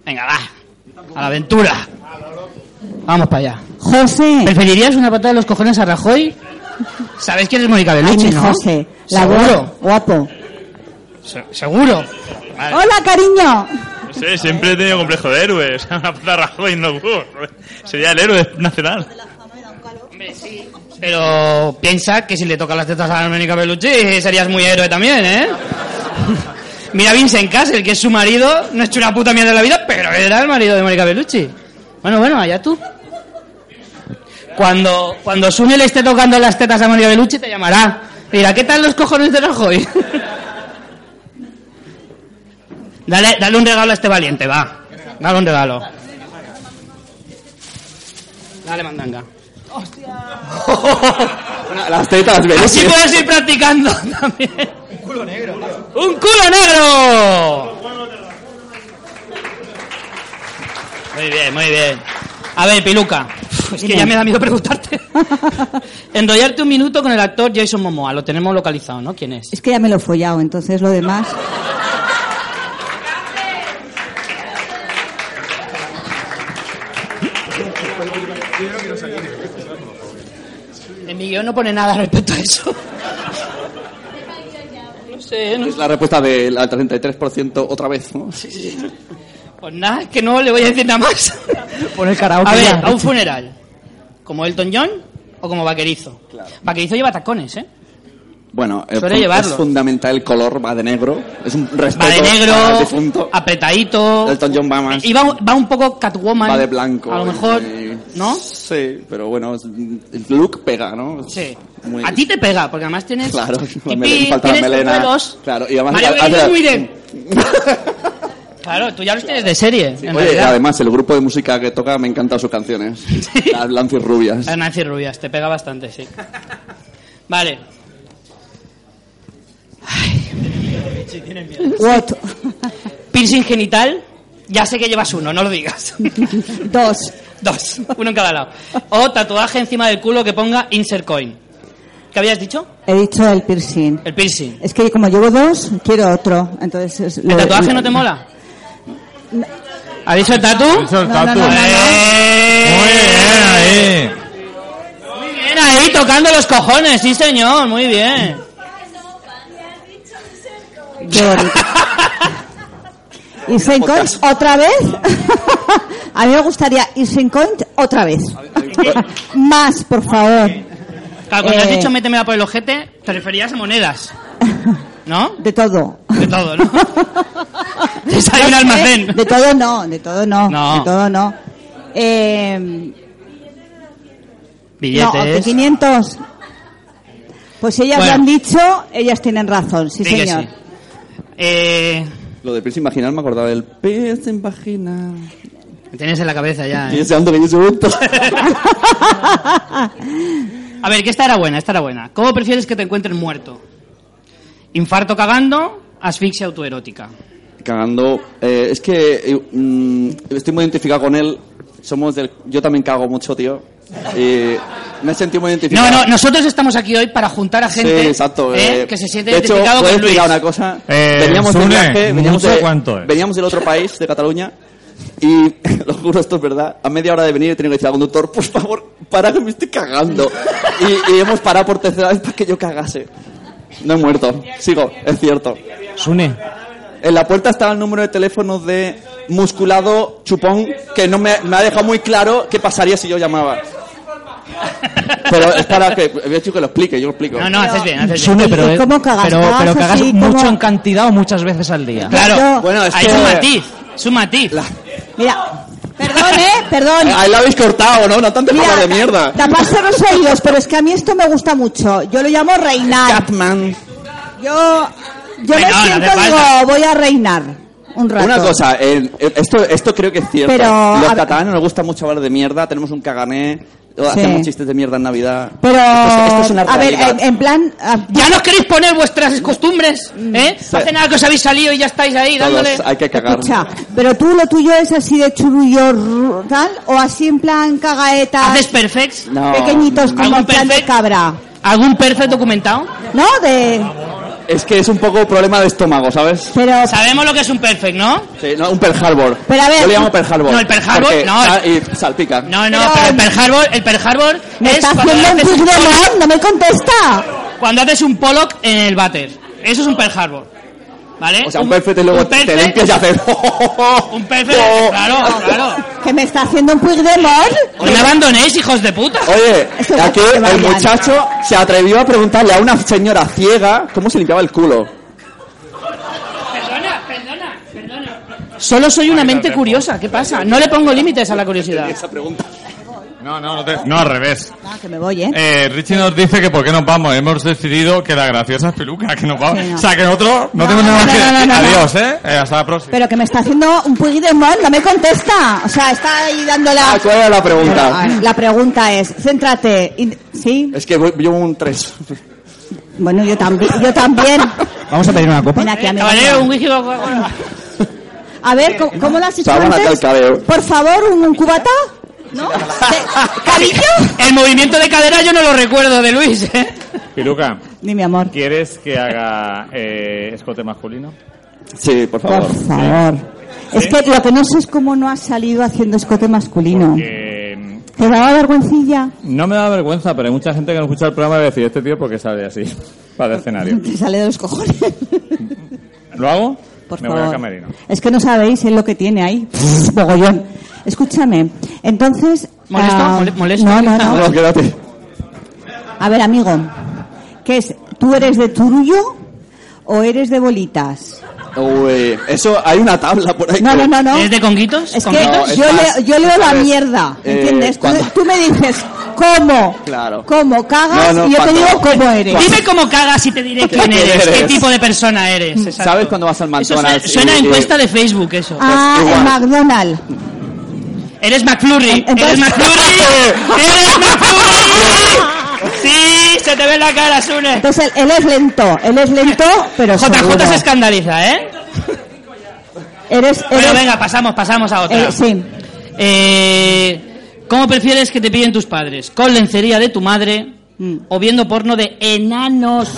[SPEAKER 3] Venga, va. A la aventura. Vamos para allá.
[SPEAKER 14] José.
[SPEAKER 3] ¿Preferirías una patada de los cojones a Rajoy? ¿Sabéis quién es Mónica
[SPEAKER 14] Ay,
[SPEAKER 3] Bellucci,
[SPEAKER 14] mi
[SPEAKER 3] no?
[SPEAKER 14] José, la
[SPEAKER 3] ¿Seguro?
[SPEAKER 14] voz, guapo.
[SPEAKER 3] Se- ¿Seguro?
[SPEAKER 14] Hola, cariño.
[SPEAKER 15] No sé, siempre he tenido complejo de héroe. O sea, una puta Rajoy no uh, Sería el héroe nacional.
[SPEAKER 3] Pero piensa que si le tocas las tetas a Mónica Bellucci serías muy héroe también, ¿eh? Mira a Vincent Castle, que es su marido, no es hecho una puta mierda en la vida, pero era el marido de Mónica Bellucci. Bueno, bueno, allá tú. Cuando, cuando Sune le esté tocando las tetas a Mónica Bellucci te llamará. Te dirá, ¿qué tal los cojones de Rajoy? dale, dale un regalo a este valiente, va. Dale un regalo. Dale, mandanga.
[SPEAKER 6] Las tetas, ¿ves?
[SPEAKER 3] Así puedes ir practicando también. ¡Un culo negro! Muy bien, muy bien. A ver, Piluca, Uf, es que ya me da miedo preguntarte. Enrollarte un minuto con el actor Jason Momoa, lo tenemos localizado, ¿no? ¿Quién es?
[SPEAKER 14] Es que ya me lo he follado, entonces lo demás.
[SPEAKER 3] En mi guión no pone nada respecto a eso. No sé, no
[SPEAKER 6] Es la respuesta del al 33% otra vez, ¿no?
[SPEAKER 3] Pues nada, es que no le voy a decir nada más.
[SPEAKER 5] Pon el karaoke.
[SPEAKER 3] A ver,
[SPEAKER 5] ya.
[SPEAKER 3] a un funeral. ¿Como Elton John o como Vaquerizo? Vaquerizo lleva tacones, ¿eh?
[SPEAKER 6] Bueno, eh,
[SPEAKER 3] Suele
[SPEAKER 6] fun-
[SPEAKER 3] llevarlo.
[SPEAKER 6] es fundamental el color, va de negro. Es un respeto
[SPEAKER 3] Va de
[SPEAKER 6] al
[SPEAKER 3] negro,
[SPEAKER 6] difunto.
[SPEAKER 3] apretadito.
[SPEAKER 6] Elton John va más.
[SPEAKER 3] Y va, va un poco Catwoman.
[SPEAKER 6] va de blanco.
[SPEAKER 3] A lo mejor,
[SPEAKER 6] y-
[SPEAKER 3] ¿no?
[SPEAKER 6] Sí, pero bueno, es- el look pega, ¿no?
[SPEAKER 3] Sí.
[SPEAKER 6] Muy-
[SPEAKER 3] A ti te pega, porque además tienes.
[SPEAKER 6] Claro,
[SPEAKER 3] pipí,
[SPEAKER 6] la mele- falta la
[SPEAKER 3] tienes
[SPEAKER 6] melena.
[SPEAKER 3] pelos.
[SPEAKER 6] Claro, y además-
[SPEAKER 3] Mario
[SPEAKER 6] a-
[SPEAKER 3] Benito
[SPEAKER 6] a-
[SPEAKER 3] es muy de- Claro, tú ya los tienes de serie. en
[SPEAKER 6] Oye,
[SPEAKER 3] realidad.
[SPEAKER 6] además, el grupo de música que toca me encantan sus canciones. Las Lancis Rubias.
[SPEAKER 3] A Nancy Rubias, te pega bastante, sí. Vale.
[SPEAKER 14] What?
[SPEAKER 3] Piercing genital, ya sé que llevas uno, no lo digas.
[SPEAKER 14] Dos.
[SPEAKER 3] Dos, uno en cada lado. O tatuaje encima del culo que ponga insert coin. ¿Qué habías dicho?
[SPEAKER 14] He dicho el piercing.
[SPEAKER 3] El piercing.
[SPEAKER 14] Es que como llevo dos, quiero otro. Entonces,
[SPEAKER 3] ¿El tatuaje no te mola? ¿Ha dicho el tatu?
[SPEAKER 10] Eso
[SPEAKER 14] No, no, no, no,
[SPEAKER 10] Muy bien, ahí.
[SPEAKER 3] Muy bien, ahí tocando los cojones, sí señor, muy bien.
[SPEAKER 14] Qué bonito. ¿Y sin coin otra vez? A mí me gustaría ir sin coin otra vez. Más, por favor.
[SPEAKER 3] Claro, cuando has
[SPEAKER 14] Eh.
[SPEAKER 3] dicho métemela por el ojete, te referías a monedas, ¿no?
[SPEAKER 14] De todo.
[SPEAKER 3] De todo, ¿no? un almacén.
[SPEAKER 14] De todo no, de todo no.
[SPEAKER 3] No.
[SPEAKER 14] De todo no. Eh,
[SPEAKER 3] Billetes.
[SPEAKER 14] No, de 500. Pues ellas
[SPEAKER 3] Bueno.
[SPEAKER 14] lo han dicho, ellas tienen razón, sí,
[SPEAKER 3] Di que
[SPEAKER 14] señor.
[SPEAKER 3] sí. Eh,
[SPEAKER 5] Lo de piercing vaginal me acordaba del piercing vaginal.
[SPEAKER 3] me tienes en la cabeza ya.
[SPEAKER 5] Y
[SPEAKER 3] ¿eh?
[SPEAKER 5] ese ando que yo soy esto.
[SPEAKER 3] A ver, que esta era buena, esta era buena. ¿Cómo prefieres que te encuentren muerto? ¿Infarto cagando? ¿Asfixia autoerótica?
[SPEAKER 5] Cagando. eh, es que eh, mm, estoy muy identificado con él. Somos del. Yo también cago mucho, tío. Y me he sentido muy
[SPEAKER 3] No,
[SPEAKER 5] identificado.
[SPEAKER 3] no, nosotros estamos aquí hoy para juntar a gente
[SPEAKER 5] Sí, exacto.
[SPEAKER 3] ¿eh?
[SPEAKER 5] eh,
[SPEAKER 3] que se siente
[SPEAKER 5] de hecho,
[SPEAKER 3] identificado
[SPEAKER 5] ¿puedo
[SPEAKER 3] con Luis.
[SPEAKER 5] explicar una cosa?
[SPEAKER 10] Eh,
[SPEAKER 5] veníamos de
[SPEAKER 10] Sune,
[SPEAKER 5] viaje, veníamos
[SPEAKER 10] ¿mucho
[SPEAKER 5] de,
[SPEAKER 10] cuánto es?
[SPEAKER 5] veníamos del otro país, de Cataluña, y lo juro, esto es verdad. A media hora de venir he tenido que decir al conductor, por favor, para que me estoy cagando. Y, y hemos parado por tercera vez para que yo cagase. No he muerto, sigo, es cierto.
[SPEAKER 16] Sune.
[SPEAKER 5] En la puerta estaba el número de teléfono de musculado chupón que no me, me ha dejado muy claro qué pasaría si yo llamaba. Pero es para que, había dicho que lo explique, yo lo explico.
[SPEAKER 3] No, no, haces bien, haces bien.
[SPEAKER 16] Sune, pero, pero, pero cagas mucho en cantidad o muchas veces al día.
[SPEAKER 3] Claro,
[SPEAKER 5] Bueno, es
[SPEAKER 3] ahí
[SPEAKER 5] que-
[SPEAKER 3] es un matiz, es un matiz.
[SPEAKER 14] Mira, perdón, ¿eh? Perdón.
[SPEAKER 5] Ahí la habéis cortado, ¿no? No tanto
[SPEAKER 14] Mira,
[SPEAKER 5] de mierda.
[SPEAKER 14] Taparse los oídos, pero es que a mí esto me gusta mucho. Yo lo llamo reinar.
[SPEAKER 5] Catman.
[SPEAKER 14] Yo, yo
[SPEAKER 5] Bueno,
[SPEAKER 14] me
[SPEAKER 5] no
[SPEAKER 14] siento,
[SPEAKER 5] hace
[SPEAKER 14] digo,
[SPEAKER 5] falta.
[SPEAKER 14] voy a reinar un rato.
[SPEAKER 5] Una cosa, el- el- esto, esto creo que es cierto.
[SPEAKER 14] Pero, a
[SPEAKER 5] Los
[SPEAKER 14] ver-
[SPEAKER 5] catalanes nos gusta mucho hablar de mierda, tenemos un cagané, hacemos chistes de mierda en Navidad.
[SPEAKER 14] Pero,
[SPEAKER 5] Esto es- esto es una
[SPEAKER 14] a ver,
[SPEAKER 5] realidad.
[SPEAKER 14] en, en plan... ah,
[SPEAKER 3] ¿Ya nos queréis poner vuestras costumbres? ¿Eh?
[SPEAKER 14] Sí.
[SPEAKER 3] Hace nada que os habéis salido y ya estáis ahí
[SPEAKER 5] Todos,
[SPEAKER 3] dándole...
[SPEAKER 5] hay que cagar.
[SPEAKER 14] Escucha, pero tú lo tuyo es así de churullo rrr, tal o así en plan cagaetas
[SPEAKER 3] ¿Haces perfects?
[SPEAKER 14] pequeñitos como
[SPEAKER 3] ¿Algún
[SPEAKER 14] en plan de
[SPEAKER 3] perfect?
[SPEAKER 14] cabra.
[SPEAKER 3] ¿Algún perfect documentado?
[SPEAKER 14] No, de
[SPEAKER 5] Ah, Es que es un poco problema de estómago, ¿sabes?
[SPEAKER 14] pero
[SPEAKER 3] Sabemos lo que es un perfect, ¿no?
[SPEAKER 5] Sí, no, un Pearl Harbor.
[SPEAKER 3] Pero a ver-
[SPEAKER 5] Yo le llamo Pearl Harbor.
[SPEAKER 3] No, el Pearl Harbor,
[SPEAKER 5] porque
[SPEAKER 3] no,
[SPEAKER 5] sal- y salpica.
[SPEAKER 3] No, no, pero el Pearl Harbor, el Pearl Harbor
[SPEAKER 14] me
[SPEAKER 3] es
[SPEAKER 14] está
[SPEAKER 3] cuando
[SPEAKER 14] haciendo un
[SPEAKER 3] haces un
[SPEAKER 14] tic de
[SPEAKER 3] pollock-
[SPEAKER 14] man, no me contesta.
[SPEAKER 3] cuando haces un pollock en el váter. Eso es un Pearl Harbor. ¿Vale?
[SPEAKER 5] O sea, un perfecto y luego
[SPEAKER 3] un
[SPEAKER 5] te
[SPEAKER 3] perfect-
[SPEAKER 5] limpias Oh. y haces...
[SPEAKER 3] Un perfect, claro, claro.
[SPEAKER 14] Que me está haciendo un puig de mor.
[SPEAKER 3] No me abandonéis, hijos de puta.
[SPEAKER 5] Oye,
[SPEAKER 14] Eso es
[SPEAKER 5] aquí
[SPEAKER 14] para que
[SPEAKER 5] el
[SPEAKER 14] vayan.
[SPEAKER 5] muchacho se atrevió a preguntarle a una señora ciega cómo se limpiaba el culo.
[SPEAKER 3] Perdona, perdona, perdona. Solo soy una mente curiosa, ¿qué pasa? No le pongo límites a la curiosidad.
[SPEAKER 10] No, no, no, te- no, al revés.
[SPEAKER 14] Ah, que me voy, ¿eh?
[SPEAKER 10] Eh, Richie nos dice que por qué nos vamos. Hemos decidido que la graciosa es peluca, que nos vamos.
[SPEAKER 14] Sí, no.
[SPEAKER 10] O sea, que nosotros no,
[SPEAKER 14] No,
[SPEAKER 10] tenemos
[SPEAKER 14] no,
[SPEAKER 10] nada más
[SPEAKER 14] no,
[SPEAKER 10] que...
[SPEAKER 14] no, no, no.
[SPEAKER 10] Adiós, ¿eh? Eh, Hasta la próxima.
[SPEAKER 14] Pero que me está haciendo un puig de mor, no me contesta. O sea, está ahí dándole
[SPEAKER 5] Ah, ¿cuál era la pregunta?
[SPEAKER 14] La pregunta es, céntrate, y- ¿sí?
[SPEAKER 5] Es que voy- yo un 3.
[SPEAKER 14] Bueno, yo también, yo también.
[SPEAKER 7] Vamos a pedir una copa.
[SPEAKER 14] Ven aquí, amigo.
[SPEAKER 3] Caballero, un whisky Coca-Cola.
[SPEAKER 14] A ver, ¿cómo, cómo lo has hecho
[SPEAKER 5] Sábana
[SPEAKER 14] antes?
[SPEAKER 5] del cabello.
[SPEAKER 14] Por favor, un, un cubata. ¿No? Te- ¿Cariño?
[SPEAKER 3] El movimiento de cadera yo no lo recuerdo de Luis, ¿eh?
[SPEAKER 17] Piluca,
[SPEAKER 14] Ni mi amor.
[SPEAKER 17] ¿quieres que haga eh, escote masculino?
[SPEAKER 5] Sí, por favor.
[SPEAKER 14] Por favor. Es que lo que no sé es cómo no has salido haciendo escote masculino.
[SPEAKER 17] Porque
[SPEAKER 14] ¿Te daba vergüencilla?
[SPEAKER 17] no me da vergüenza, pero hay mucha gente que no escucha el programa y va a decir, este tío porque sale así, para el escenario.
[SPEAKER 14] Te sale de los cojones.
[SPEAKER 17] ¿Lo hago?
[SPEAKER 14] Por
[SPEAKER 17] me voy al
[SPEAKER 14] favor.
[SPEAKER 17] camerino.
[SPEAKER 14] Es que no sabéis es lo que tiene ahí. Mogollón. Escúchame. Entonces.
[SPEAKER 3] ¿Molesta?
[SPEAKER 14] ah,
[SPEAKER 3] ¿Mole- molesta?
[SPEAKER 14] No, no, no.
[SPEAKER 5] No, quédate.
[SPEAKER 14] A ver, amigo. ¿Qué es? ¿Tú eres de turullo o eres de bolitas?
[SPEAKER 5] Uy, eso hay una tabla por ahí.
[SPEAKER 14] No, no, no, no.
[SPEAKER 3] ¿Es de conguitos?
[SPEAKER 14] Es que
[SPEAKER 3] ¿Conguitos?
[SPEAKER 5] No,
[SPEAKER 14] yo,
[SPEAKER 5] estás-
[SPEAKER 14] leo, yo leo la
[SPEAKER 5] sabes,
[SPEAKER 14] mierda,
[SPEAKER 5] eh,
[SPEAKER 14] ¿entiendes? Tú-
[SPEAKER 5] cuando-
[SPEAKER 14] tú, me dices, ¿cómo?
[SPEAKER 5] Claro.
[SPEAKER 14] ¿Cómo cagas?
[SPEAKER 5] No, no,
[SPEAKER 14] y yo
[SPEAKER 5] cuando-
[SPEAKER 14] te digo cómo eres.
[SPEAKER 3] Dime cómo cagas y te diré quién
[SPEAKER 5] quién
[SPEAKER 3] eres, qué
[SPEAKER 5] eres?
[SPEAKER 3] tipo de persona eres. exacto.
[SPEAKER 5] ¿Sabes cuando vas al
[SPEAKER 3] Eso suena,
[SPEAKER 5] McDonald's?
[SPEAKER 3] suena a
[SPEAKER 5] y- y-
[SPEAKER 3] encuesta de Facebook, eso.
[SPEAKER 14] Ah,
[SPEAKER 5] Pues
[SPEAKER 14] el
[SPEAKER 5] igual.
[SPEAKER 14] McDonald's.
[SPEAKER 3] Eres McFlurry,
[SPEAKER 14] Entonces-
[SPEAKER 3] eres McFlurry, eres McFlurry. Sí, se te ve la cara, Sune.
[SPEAKER 14] Entonces, él es lento, él es lento, pero seguro.
[SPEAKER 3] JJ se escandaliza, ¿eh?
[SPEAKER 14] Eres,
[SPEAKER 3] Bueno,
[SPEAKER 14] eres-
[SPEAKER 3] venga, pasamos, pasamos a otra.
[SPEAKER 14] eh, sí.
[SPEAKER 3] Eh, ¿Cómo prefieres que te piden tus padres? ¿Con lencería de tu madre
[SPEAKER 14] Mm.
[SPEAKER 3] o viendo porno de enanos?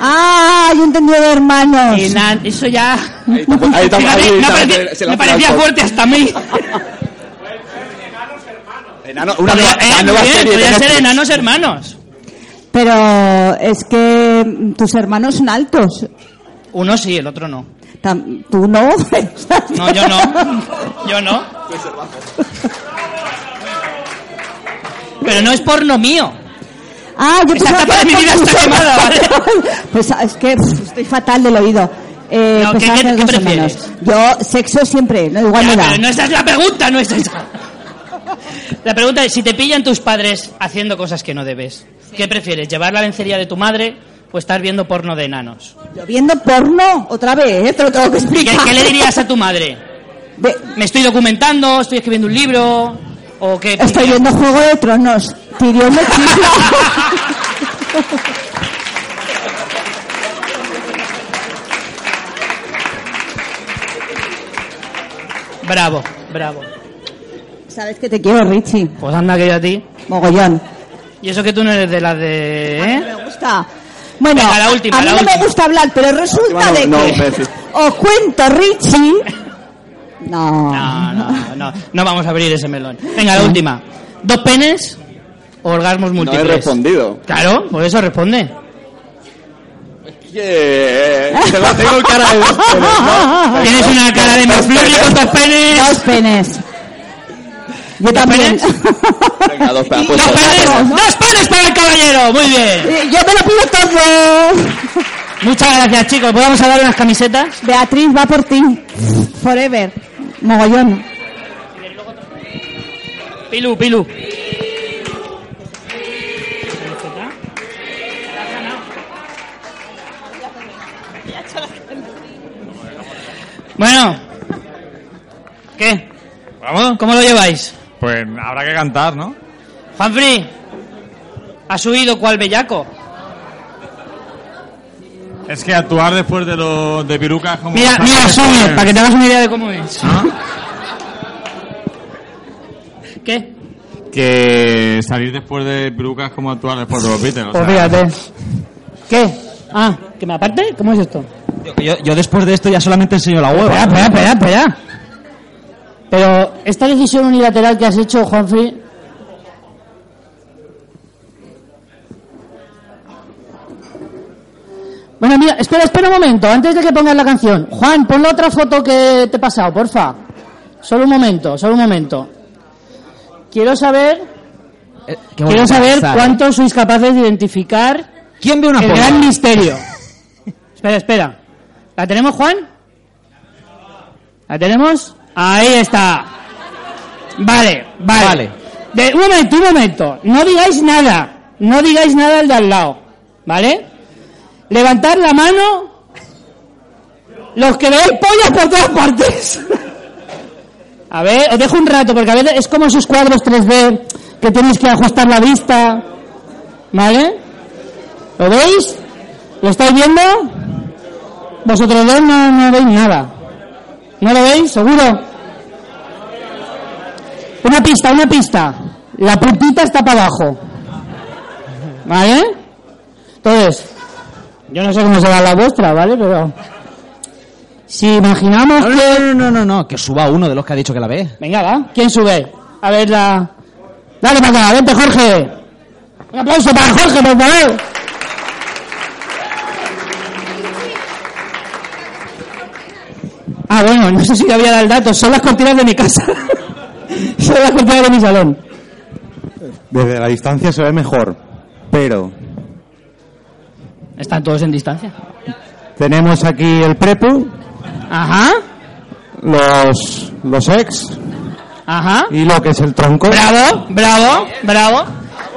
[SPEAKER 14] Ah, yo entendí de hermanos.
[SPEAKER 3] Enan- Eh, eso ya...
[SPEAKER 5] Ahí está, ahí está,
[SPEAKER 3] Fíjate,
[SPEAKER 5] ahí
[SPEAKER 3] me
[SPEAKER 5] está,
[SPEAKER 3] parecía-
[SPEAKER 5] se la
[SPEAKER 3] me
[SPEAKER 5] hace
[SPEAKER 3] parecía
[SPEAKER 5] alcohol.
[SPEAKER 3] fuerte hasta a mí.
[SPEAKER 5] Enano, una nueva,
[SPEAKER 3] Podría-
[SPEAKER 5] la
[SPEAKER 3] eh,
[SPEAKER 5] nueva
[SPEAKER 3] bien,
[SPEAKER 5] serie de
[SPEAKER 3] podría ser
[SPEAKER 5] Netflix.
[SPEAKER 3] enanos hermanos.
[SPEAKER 14] Pero es que mm, tus hermanos son altos.
[SPEAKER 3] Uno sí, el otro no.
[SPEAKER 14] Tam- Tú no.
[SPEAKER 3] No, yo no. Yo no. Pero no es porno mío.
[SPEAKER 14] Ah, yo
[SPEAKER 3] Esa
[SPEAKER 14] pensaba
[SPEAKER 3] etapa
[SPEAKER 14] que
[SPEAKER 3] de mi vida
[SPEAKER 14] era
[SPEAKER 3] está
[SPEAKER 14] tus
[SPEAKER 3] quemada,
[SPEAKER 14] hermanos. Pues ah, es que pff, estoy fatal del oído. eh,
[SPEAKER 3] No, ¿qué-
[SPEAKER 14] pesadas
[SPEAKER 3] qué-
[SPEAKER 14] las
[SPEAKER 3] qué
[SPEAKER 14] dos
[SPEAKER 3] prefieres?
[SPEAKER 14] semanas. Yo, sexo siempre, no,
[SPEAKER 5] Pues
[SPEAKER 14] igual me da.
[SPEAKER 3] Pero no esa es la pregunta, no es esa. La pregunta es, si te pillan tus padres haciendo cosas que no debes, ¿qué prefieres? ¿Llevar la lencería de tu madre o estar viendo porno de enanos?
[SPEAKER 14] Yo viendo porno, otra vez, ¿eh? te lo tengo que
[SPEAKER 3] ¿Qué,
[SPEAKER 14] explicar.
[SPEAKER 3] qué le dirías a tu madre? ¿Me estoy documentando? ¿Estoy escribiendo un libro? ¿O qué?
[SPEAKER 14] Estoy viendo Juego de Tronos. Tirión de chifla.
[SPEAKER 3] Bravo, bravo.
[SPEAKER 14] Sabes que te quiero, Richie.
[SPEAKER 3] Pues anda que yo a ti.
[SPEAKER 14] Mogollón.
[SPEAKER 3] Y eso que tú no eres de las de... ¿eh?
[SPEAKER 14] Me gusta. Bueno,
[SPEAKER 3] Venga, la última,
[SPEAKER 14] a mí
[SPEAKER 3] la
[SPEAKER 14] no me
[SPEAKER 3] última.
[SPEAKER 14] gusta hablar, pero resulta de
[SPEAKER 3] no,
[SPEAKER 14] que...
[SPEAKER 3] imbécil.
[SPEAKER 14] Os cuento, Richie... No.
[SPEAKER 3] No, no, no. No vamos a abrir ese melón. Venga, la última. ¿Dos penes o orgasmos múltiples?
[SPEAKER 6] respondido.
[SPEAKER 3] Claro, por eso responde.
[SPEAKER 6] Te lo tengo cara de dos penes,
[SPEAKER 14] Ah,
[SPEAKER 6] ¿no?
[SPEAKER 3] Tienes una cara de McFlurry con dos penes.
[SPEAKER 14] Dos penes. Yo también.
[SPEAKER 6] Venga, dos penes.
[SPEAKER 3] ¡Dos penes! ¡Dos penes para el caballero! Muy
[SPEAKER 14] Eh,
[SPEAKER 3] bien.
[SPEAKER 14] Yo me lo pido todo.
[SPEAKER 3] Muchas gracias, chicos. ¿Podemos dar unas camisetas?
[SPEAKER 14] Beatriz va por ti. Forever. Mogollón.
[SPEAKER 3] Pilu, Pilu. Bueno. ¿Qué?
[SPEAKER 10] ¿Vamos?
[SPEAKER 3] ¿Cómo lo lleváis?
[SPEAKER 10] Pues habrá que cantar, ¿no?
[SPEAKER 3] Juanfri, ¿has huido cual bellaco?
[SPEAKER 10] Es que actuar después de los de Piruca es como...
[SPEAKER 3] Mira, mira, sube, para que te hagas ¿Ah? una idea de cómo es. ¿Qué?
[SPEAKER 10] Que salir después de Piruca es como actuar después de los Beatles. o
[SPEAKER 3] Pues
[SPEAKER 10] sea,
[SPEAKER 3] fíjate. ¿Qué? Ah, ¿que me aparte? ¿Cómo es esto?
[SPEAKER 5] Yo, yo después de esto ya solamente enseño la hueva.
[SPEAKER 3] Espera, espera, espera, espera. Pero esta decisión unilateral que has hecho, Juanfri, Bueno, mira, espera, espera un momento, antes de que pongas la canción. Juan, pon la otra foto que te he pasado, porfa. Solo un momento, solo un momento. Quiero saber, quiero saber cuántos sois capaces de identificar
[SPEAKER 5] ¿Quién ve una
[SPEAKER 3] el
[SPEAKER 5] porno?
[SPEAKER 3] gran misterio. espera, espera. ¿La tenemos, Juan? ¿La tenemos? Ahí está. Vale, vale.
[SPEAKER 5] Vale.
[SPEAKER 3] De- un momento, un momento. No digáis nada. No digáis nada al de al lado. ¿Vale? Levantad la mano los que veáis pollas por todas partes. A ver, os dejo un rato, porque a veces es como esos cuadros 3D que tenéis que ajustar la vista. ¿Vale? ¿Lo veis? ¿Lo estáis viendo? Vosotros dos no, no veis nada. ¿No lo veis? ¿Seguro? Una pista, una pista. La puntita está para abajo. ¿Vale? Entonces, yo no sé cómo será la vuestra, ¿vale? Pero... Si imaginamos
[SPEAKER 5] No,
[SPEAKER 3] que...
[SPEAKER 5] no, no, no, no, no, que suba uno de los que ha dicho que la ve.
[SPEAKER 3] Venga, va. ¿Quién sube? A ver la... Dale para acá, vente Jorge. Un aplauso para Jorge, por favor. Ah, bueno, no sé si había dado el dato. Son las cortinas de mi casa. Son las cortinas de mi salón.
[SPEAKER 18] Desde la distancia se ve mejor, pero
[SPEAKER 3] Están todos en distancia.
[SPEAKER 18] tenemos aquí el prepu,
[SPEAKER 3] Ajá,
[SPEAKER 18] los los ex
[SPEAKER 3] ajá.
[SPEAKER 18] y lo que es el tronco.
[SPEAKER 3] Bravo, bravo, bravo.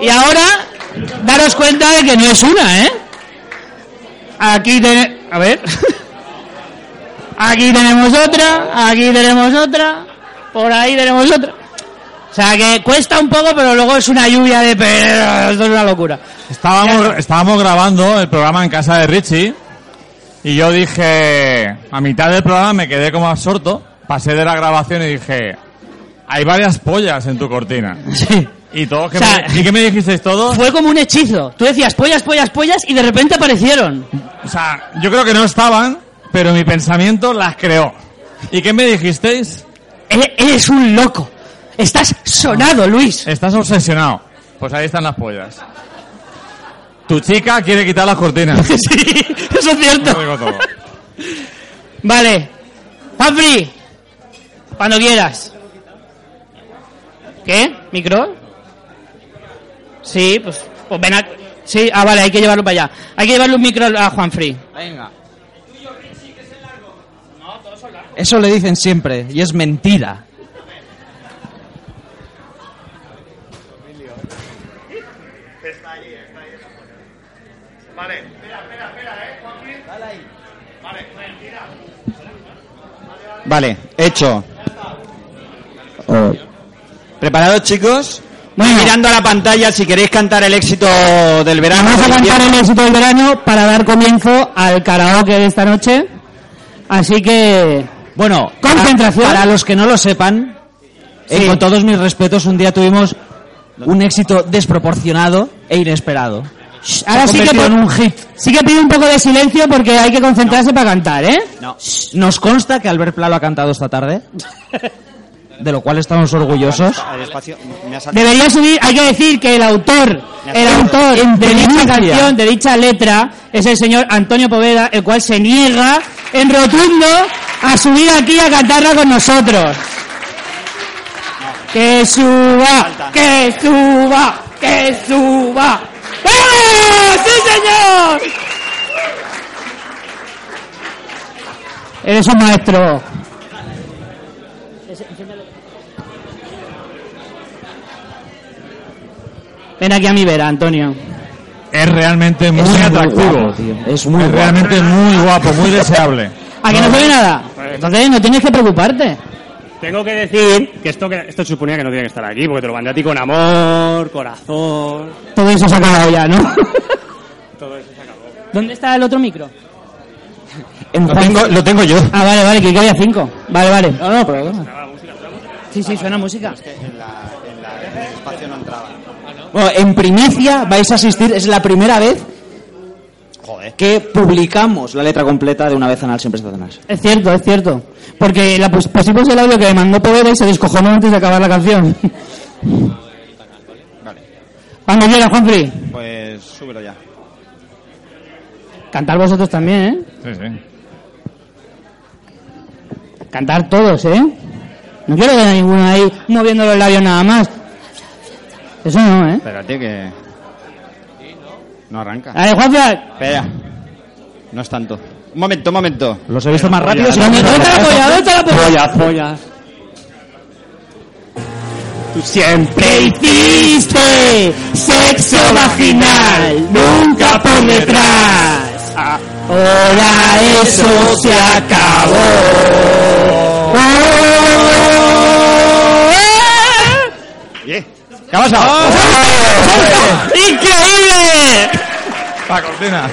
[SPEAKER 3] Y ahora, daros cuenta de que no es una, ¿eh? Aquí tenemos... A ver. Aquí tenemos otra, aquí tenemos otra, por ahí tenemos otra. O sea que cuesta un poco, pero luego es una lluvia de... per- Esto es una locura.
[SPEAKER 10] Estábamos, estábamos grabando el programa en casa de Richie y yo dije, a mitad del programa me quedé como absorto, pasé de la grabación y dije, hay varias pollas en tu cortina. Y todos que
[SPEAKER 3] O sea,
[SPEAKER 10] me, ¿y qué me dijisteis todos?
[SPEAKER 3] Fue como un hechizo. Tú decías pollas, pollas, pollas y de repente aparecieron.
[SPEAKER 10] O sea, yo creo que no estaban, pero mi pensamiento las creó. ¿Y qué me dijisteis?
[SPEAKER 3] Eres, un loco. Estás sonado, Luis.
[SPEAKER 10] Estás obsesionado. Pues ahí están las pollas. Tu chica quiere quitar las cortinas.
[SPEAKER 3] sí, eso es cierto.
[SPEAKER 10] Lo digo todo.
[SPEAKER 3] Vale. Juanfri, cuando quieras. ¿Qué? ¿Micro? Sí, pues, pues ven a... Sí, ah, vale, hay que llevarlo para allá. Hay que llevarle un micro a Juanfri.
[SPEAKER 5] Venga. Eso le dicen siempre y es mentira.
[SPEAKER 19] Vale. Espera, espera, espera, eh, Joaquín. Dale ahí. Vale, mentira.
[SPEAKER 20] Vale, hecho. ¿Preparados, chicos? mirando a la pantalla si queréis cantar el éxito del verano.
[SPEAKER 3] Vamos a cantar el éxito del verano para dar comienzo al karaoke de esta noche. Así que,
[SPEAKER 5] bueno,
[SPEAKER 3] concentración.
[SPEAKER 5] Para los que no lo sepan, eh, con todos mis respetos, un día tuvimos un éxito desproporcionado e inesperado.
[SPEAKER 3] Ahora
[SPEAKER 5] Se ha
[SPEAKER 3] sí que,
[SPEAKER 5] convertido
[SPEAKER 3] pi-
[SPEAKER 5] en un hit.
[SPEAKER 3] sí que pido un poco de silencio porque hay que concentrarse para cantar, ¿eh?
[SPEAKER 5] Nos consta que Albert Pla lo ha cantado esta tarde, de lo cual estamos orgullosos.
[SPEAKER 3] Debería subir, hay que decir que el autor, el autor de dicha canción, de dicha letra, es el señor Antonio Poveda, el cual se niega en rotundo a subir aquí a cantarla con nosotros. Que suba, que suba, que suba. ¡Eh! ¡Sí, señor! Eres un maestro. Ven aquí a mi vera, Antonio.
[SPEAKER 10] Es realmente muy atractivo.
[SPEAKER 5] es
[SPEAKER 10] muy realmente muy guapo, muy deseable.
[SPEAKER 3] ¿A que no se ve nada? Entonces no tienes que preocuparte.
[SPEAKER 11] Tengo que decir que esto, que esto suponía que no tenía que estar aquí, porque te lo mandé a ti con amor, corazón.
[SPEAKER 3] Todo eso se ha acabado ya, ¿no?
[SPEAKER 11] Todo eso se acabó.
[SPEAKER 3] ¿Dónde está el otro micro?
[SPEAKER 5] Lo tengo,
[SPEAKER 3] lo tengo yo. Ah, vale, vale, que había cinco. Vale, vale. No, no, pero... Sí, sí, suena música.
[SPEAKER 7] espacio no entraba.
[SPEAKER 5] Bueno, en primicia vais a asistir, es la primera vez que publicamos la letra completa de Una vez anal, siempre Satanás.
[SPEAKER 3] Es cierto, es cierto. Porque la pus- pusimos el audio que me mandó Poveda y se descojonó antes de acabar la canción. Cuando quiera, Juanfri.
[SPEAKER 7] Pues súbelo ya.
[SPEAKER 3] Cantar vosotros también, ¿eh?
[SPEAKER 7] Sí, sí.
[SPEAKER 3] Cantar todos, ¿eh? No quiero ver a ninguno ahí moviendo los labios nada más. Eso no, ¿eh?
[SPEAKER 7] Espérate que. No arranca.
[SPEAKER 3] Dale, Juanfran.
[SPEAKER 7] Espera. No es tanto. Un momento, un momento.
[SPEAKER 5] Los he visto más rápidos.
[SPEAKER 7] Polla,
[SPEAKER 5] y-
[SPEAKER 7] ¿dónde está la polla?
[SPEAKER 3] ¿Dónde está la polla?
[SPEAKER 5] Polla, polla.
[SPEAKER 3] Tú siempre hiciste sexo vaginal, nunca por detrás. Ahora eso se acabó.
[SPEAKER 7] Oye,
[SPEAKER 3] ¿Qué ha pasado? ¡Oh! ¡Increíble!
[SPEAKER 10] Pa' cortina.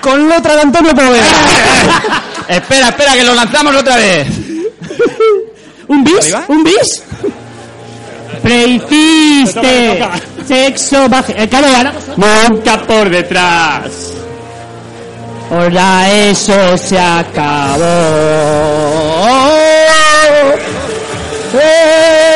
[SPEAKER 5] Con letra de Antonio Poveda.
[SPEAKER 7] espera, espera, que lo lanzamos otra vez.
[SPEAKER 3] ¿Un bis? ¿Un bis? Prehiciste sexo vaginal. Eh, claro, ahora vosotros.
[SPEAKER 11] Nunca por detrás.
[SPEAKER 3] Hola, eso se acabó. ¡Eh!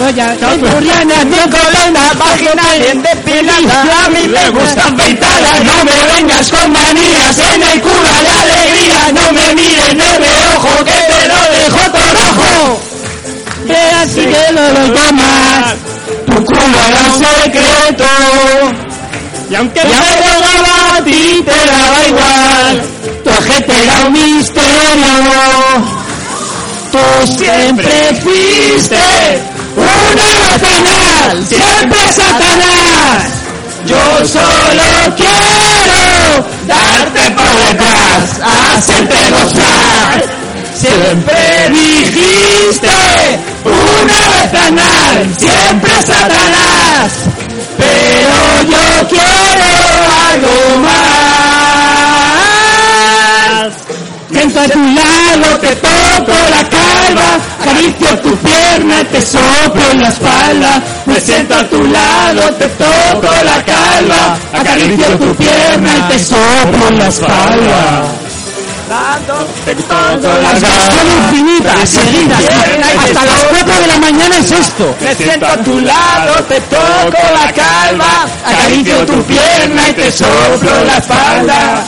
[SPEAKER 3] Voy a ser furriana, no con la página bien depilada. A mí me gustan peitadas, no me vengas con manías. En el culo de alegría, no me mires, no me ojo, que te lo dejo trabajo. Veas si te lo tomas, tu culo era un secreto. Y aunque ya me lo daba a ti, te daba igual. Tu ojete era un misterio. Tú siempre fuiste una penal, siempre Satanás. Yo solo quiero darte por detrás, hacerte gozar. Siempre dijiste una vez anal, siempre Satanás. Pero yo quiero algo más. Siento a tu lado, te toco la calva, acaricio tu pierna, te soplo en la espalda. Me siento a tu lado, te toco la calva, acaricio tu pierna, te soplo en la espalda. Las gastan infinitas, seguidas, hasta las 4 de la mañana es esto. Me siento a tu lado, te toco la calva, acaricio tu pierna y te soplo la espalda.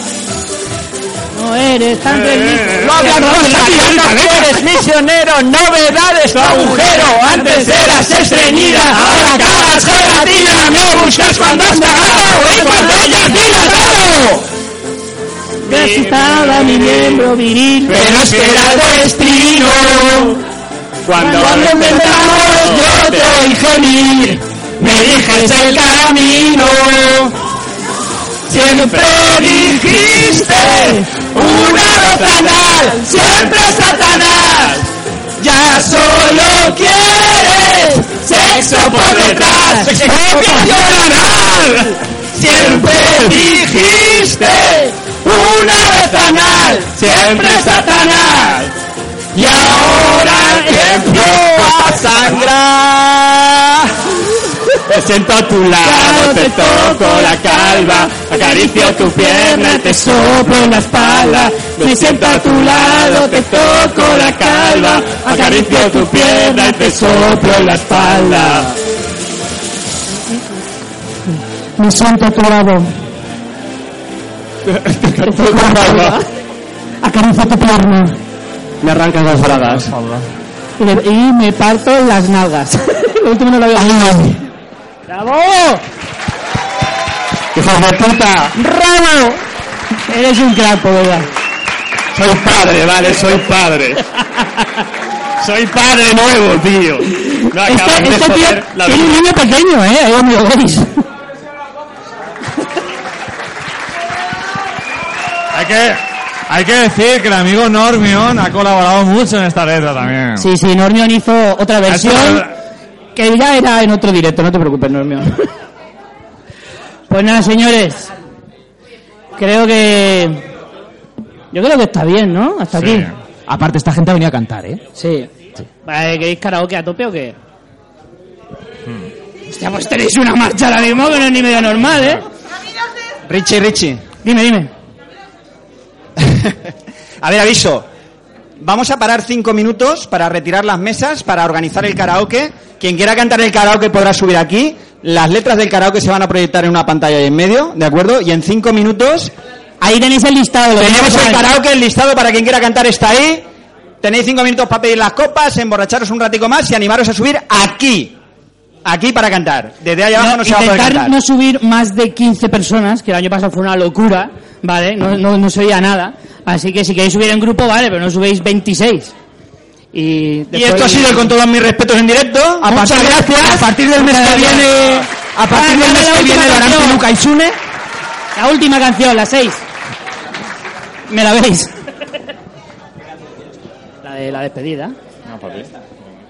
[SPEAKER 3] No eres tan feliz. Eh, No hablas eres misionero, novedades, tu agujero. Antes eras estreñida, ahora cagas gelatina. Me buscas cuando has cagado y cuando hayas dilatado. casi estaba mi miembro viril. Pero esperado es trino. Cuando, cuando empezamos yo te oí gemir. Me dijes el camino. Siempre dijiste una satanás, siempre satanás. Ya solo quieres sexo por detrás, propio anal. Siempre dijiste una vez anal, siempre satanás. Y ahora tiempo a sangrar.
[SPEAKER 21] Me siento a tu lado, te toco la calva, acaricio tu pierna, te soplo en la espalda. Me siento a tu lado, te toco la calva, acaricio tu pierna, te soplo en la espalda.
[SPEAKER 3] Me siento a tu lado. Acaricio tu pierna.
[SPEAKER 5] Me arrancas las bragas.
[SPEAKER 3] Y me, y me parto las nalgas. Lo último no lo había visto. ¡Bravo!
[SPEAKER 5] ¡Hijos de puta!
[SPEAKER 3] ¡Bravo! Eres un crapo, ¿verdad?
[SPEAKER 21] Soy padre, vale, soy padre. Soy padre nuevo, tío. No acaban
[SPEAKER 3] Este,
[SPEAKER 21] de
[SPEAKER 3] este tío
[SPEAKER 21] joder la
[SPEAKER 3] tiene un
[SPEAKER 21] vida.
[SPEAKER 3] niño pequeño, ¿eh? Ahí donde lo veis.
[SPEAKER 10] Hay que, hay que decir que el amigo Normion ha colaborado mucho en esta letra también.
[SPEAKER 5] Sí, sí, Normion hizo otra versión
[SPEAKER 3] que ya era en otro directo, no te preocupes, Normion.
[SPEAKER 5] Pues nada, señores. Creo que. Yo creo que está bien, ¿no? Hasta
[SPEAKER 22] Sí.
[SPEAKER 5] aquí.
[SPEAKER 7] Aparte, esta gente ha venido a cantar, ¿eh?
[SPEAKER 5] Sí. Vale, ¿Queréis karaoke a tope o qué? Hostia, pues tenéis una marcha ahora mismo que no es ni medio normal, ¿eh?
[SPEAKER 7] Richie, Richie.
[SPEAKER 5] Dime, dime.
[SPEAKER 7] A ver, aviso. Vamos a parar cinco minutos para retirar las mesas, para organizar el karaoke. Quien quiera cantar el karaoke podrá subir aquí. Las letras del karaoke se van a proyectar en una pantalla ahí en medio, ¿de acuerdo? Y en cinco minutos...
[SPEAKER 5] Ahí tenéis el listado.
[SPEAKER 3] lo
[SPEAKER 7] Tenemos
[SPEAKER 3] tenemos
[SPEAKER 7] el
[SPEAKER 3] ahí.
[SPEAKER 7] karaoke, el listado para quien quiera cantar está ahí. Tenéis cinco minutos para pedir las copas, emborracharos un ratico más y animaros a subir aquí. Aquí para cantar. Desde allá abajo no, se va a poder
[SPEAKER 5] intentar
[SPEAKER 7] cantar.
[SPEAKER 5] no subir más de 15 personas, que el año pasado fue una locura, ¿vale? No, no, no se oía nada. Así que si queréis subir en grupo, vale, pero no subéis 26. Y,
[SPEAKER 7] Y esto ha sido con todos mis respetos en directo.
[SPEAKER 5] A
[SPEAKER 7] Muchas
[SPEAKER 5] partir-
[SPEAKER 7] gracias.
[SPEAKER 5] a partir del mes
[SPEAKER 7] Muchas
[SPEAKER 5] que
[SPEAKER 7] gracias. Ah,
[SPEAKER 5] viene-
[SPEAKER 7] A partir del mes que viene Barán Peluca y Sune.
[SPEAKER 5] La última canción, la 6. Me la veis. La de la despedida.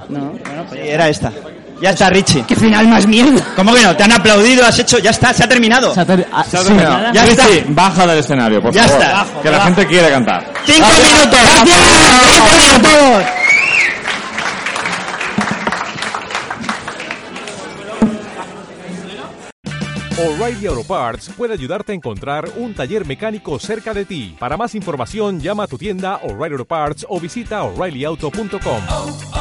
[SPEAKER 5] No, bueno, pues ya
[SPEAKER 7] Era esta. Ya está, Richie.
[SPEAKER 5] Qué final más mierda.
[SPEAKER 7] ¿Cómo que no? Te han aplaudido, has hecho, ya está, se ha terminado.
[SPEAKER 5] Se ha ter- ah,
[SPEAKER 7] Se ha
[SPEAKER 5] sí.
[SPEAKER 7] terminado. Ya está.
[SPEAKER 10] Richie, baja del escenario, por
[SPEAKER 7] Ya
[SPEAKER 10] favor.
[SPEAKER 7] está.
[SPEAKER 10] Que la gente quiere cantar.
[SPEAKER 7] Cinco minutos. Gracias. Cinco minutos.
[SPEAKER 1] O'Reilly Auto Parts puede ayudarte a encontrar un taller mecánico cerca de ti. Para más información, llama a tu tienda O'Reilly Auto Parts o visita o'ReillyAuto.com.
[SPEAKER 2] Oh,